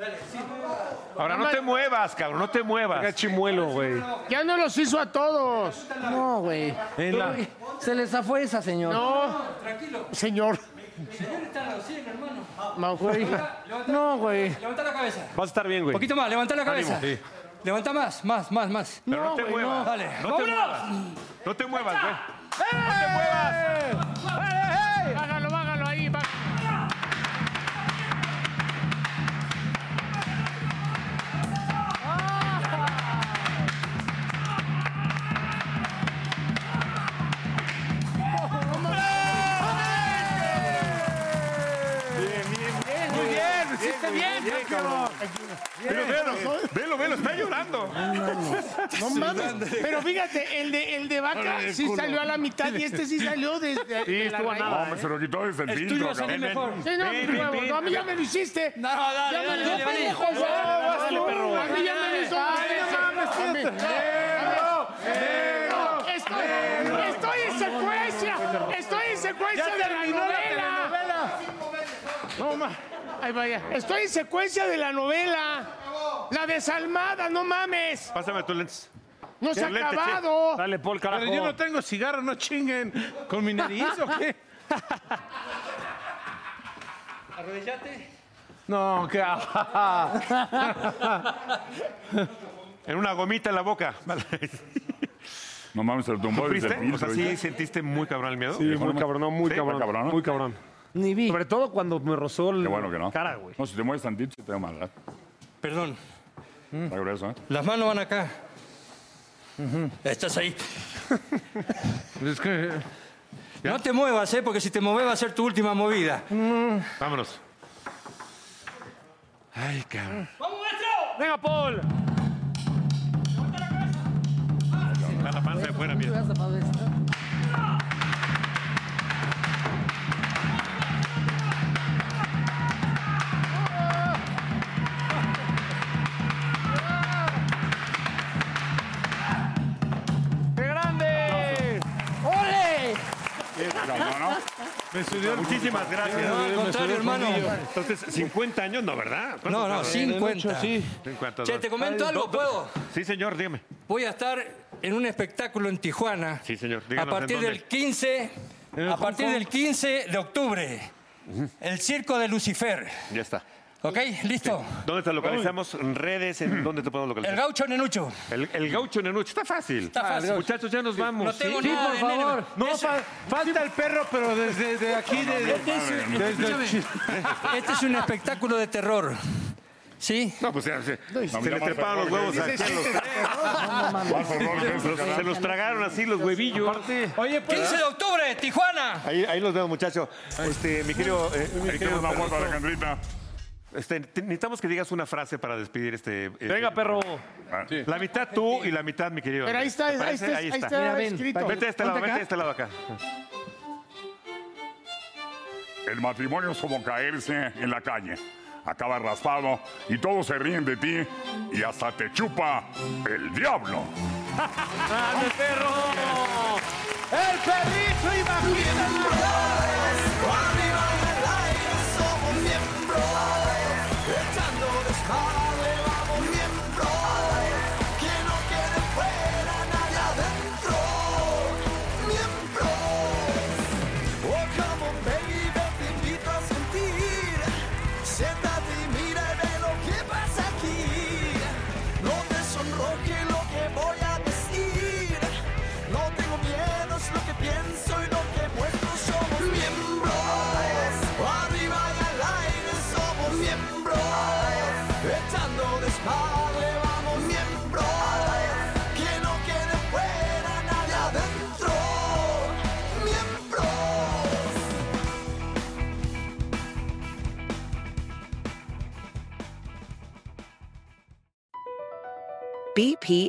Speaker 2: Ahora no te muevas, cabrón, no te muevas.
Speaker 7: chimuelo, güey.
Speaker 4: Ya no los hizo a todos.
Speaker 3: No, güey.
Speaker 7: En la-
Speaker 3: Se les zafó esa, señor.
Speaker 4: No.
Speaker 13: Tranquilo.
Speaker 4: Señor.
Speaker 13: Señor, está en los 100, hermano.
Speaker 4: No, güey.
Speaker 3: No, güey.
Speaker 13: Levanta la cabeza.
Speaker 7: Vas a estar bien, güey.
Speaker 13: Poquito más, levanta la cabeza.
Speaker 7: Ánimo. Sí.
Speaker 13: Levanta más, más, más, más.
Speaker 2: Pero no, te
Speaker 13: güey,
Speaker 2: muevas.
Speaker 13: no. Dale.
Speaker 2: No te
Speaker 13: ¡Vámonos!
Speaker 2: muevas. No te muevas, güey.
Speaker 4: Bájalo, bájalo ahí. bájalo.
Speaker 7: Muy bien, hiciste bien, campeón.
Speaker 2: Pero velo, velo, velo, está llorando.
Speaker 4: No mames. Pero fíjate, el de, el de vaca
Speaker 11: Órale, el
Speaker 4: sí
Speaker 11: culo.
Speaker 4: salió a la mitad y este sí salió desde. de la raíz.
Speaker 11: No, hombre, se
Speaker 2: ¿eh?
Speaker 11: lo quitó desde el,
Speaker 4: El
Speaker 11: filtro,
Speaker 4: tuyo salió
Speaker 11: cabrón.
Speaker 4: mejor. Sí, no,
Speaker 11: Ven,
Speaker 4: mi
Speaker 11: ven,
Speaker 4: huevo,
Speaker 11: ven.
Speaker 4: no, a mí ya me lo hiciste.
Speaker 13: No, dale,
Speaker 4: Ya me
Speaker 13: dale,
Speaker 4: lo-
Speaker 13: dale,
Speaker 4: pendejo,
Speaker 13: dale.
Speaker 4: ya.
Speaker 13: No, vas tú, perro.
Speaker 4: A mí ya me lo hizo.
Speaker 13: Dale,
Speaker 4: A mí, a mí. Estoy, estoy en secuencia. Estoy en secuencia de la novela. No, ma- Ahí vaya. Estoy en secuencia de la novela. La desalmada, no mames.
Speaker 2: Pásame tus lentes.
Speaker 4: No se ha
Speaker 2: Lente, che.
Speaker 4: acabado.
Speaker 12: Dale, Paul, carajo.
Speaker 7: Pero yo no tengo cigarro, no chinguen. ¿Con mi nariz o qué?
Speaker 13: Arrodillate.
Speaker 7: No, qué.
Speaker 2: En una gomita en la boca.
Speaker 11: No mames, se lo tumbó desde el
Speaker 2: ¿Sufriste? O
Speaker 11: filtro.
Speaker 2: sea, sí sentiste muy cabrón el miedo.
Speaker 12: Sí, muy cabrón, no, muy
Speaker 11: Sí, está
Speaker 12: cabrón.
Speaker 11: cabrón, ¿no?
Speaker 12: Muy cabrón.
Speaker 3: Ni vi.
Speaker 12: Sobre todo cuando me rozó el...
Speaker 11: Qué bueno que no.
Speaker 12: Cara, güey.
Speaker 11: No, si te mueves tantito, se te da mal. ¿verdad?
Speaker 13: Perdón.
Speaker 11: Está grueso, ¿eh?
Speaker 13: Las manos van acá. Estás ahí.
Speaker 2: Pues
Speaker 7: Es que...
Speaker 13: No te muevas, ¿eh? Porque si te mueves va a ser tu última movida.
Speaker 2: Vámonos.
Speaker 13: Ay, cabrón.
Speaker 12: ¡Vamos, maestro! ¡Venga, Paul!
Speaker 2: Está la panza de fuera, mira.
Speaker 12: ¡Qué grande!
Speaker 1: ¡Ole!
Speaker 2: Me subió Muchísimas gracias.
Speaker 13: No, al contrario, hermano.
Speaker 2: Entonces, 50 años no, ¿verdad? ¿Cuánto
Speaker 13: No, no,
Speaker 2: está?
Speaker 13: 50.
Speaker 2: Sí. 50
Speaker 13: Che, te comento algo, ¿puedo?
Speaker 2: Sí, señor, dígame.
Speaker 13: Voy a estar en un espectáculo en Tijuana
Speaker 2: Sí, señor,
Speaker 13: a
Speaker 2: díganos
Speaker 13: partir
Speaker 2: en dónde.
Speaker 13: del 15,
Speaker 2: el
Speaker 13: a
Speaker 2: Hong
Speaker 13: partir
Speaker 2: Kong.
Speaker 13: del 15 de octubre. El circo de Lucifer.
Speaker 2: Ya está.
Speaker 13: ¿Ok? ¿Listo?
Speaker 2: ¿Dónde te localizamos? Redes, ¿en dónde te podemos localizar?
Speaker 13: El gaucho Nenucho.
Speaker 2: El, el gaucho Nenucho, está fácil.
Speaker 13: Está fácil.
Speaker 2: Ah, Muchachos, ya nos vamos.
Speaker 13: No tengo Sí, nada por de favor. enero.
Speaker 7: No, fa- falta el perro, pero desde de aquí, de-
Speaker 13: Este es,
Speaker 7: desde,
Speaker 13: escúchame, este es un espectáculo de terror. ¿Sí?
Speaker 11: No, pues se,
Speaker 2: Se le treparon los huevos aquí a los tres. Los- Se los tragaron así los huevillos.
Speaker 13: Oye, 15 de octubre, Tijuana.
Speaker 2: Ahí, ahí los vemos, muchachos. Este, mi querido. eh, mi
Speaker 11: Ahí
Speaker 2: querido
Speaker 11: tenemos la
Speaker 2: Pedrito,
Speaker 11: foto, Alejandrita.
Speaker 2: este, te- necesitamos que digas una frase para despedir este. eh,
Speaker 12: Venga, perro.
Speaker 2: Ah. La mitad tú y la mitad, mi querido.
Speaker 4: Pero ahí está,
Speaker 2: ¿Te
Speaker 4: ahí
Speaker 2: parece?
Speaker 4: está, ahí está Mira, ven, escrito.
Speaker 2: Vete de este lado, vete
Speaker 4: Ponte acá.
Speaker 2: de este lado acá.
Speaker 11: El matrimonio es como caerse en la calle. Acaba raspado y todos se ríen de ti y hasta te chupa el diablo.
Speaker 1: ¡Grande perro!
Speaker 10: ¡El perrito imagínate!
Speaker 1: Oh, ¡Arriba en el aire! Somos miembros. Echando desmadre, vamos miembros. Que no quede fuera nadie adentro. Miembros. Oh, come on, baby, te invito a sentir. Siéntate y mira y ve lo que pasa aquí. No te sonroje lo que voy a decir. No tengo miedo, es lo que pienso y lo que muestro. Somos miembros. Arriba y al aire somos miembros. Echando desmadre, vamos miembros. Que no quede fuera nadie adentro. Miembros.
Speaker 17: BP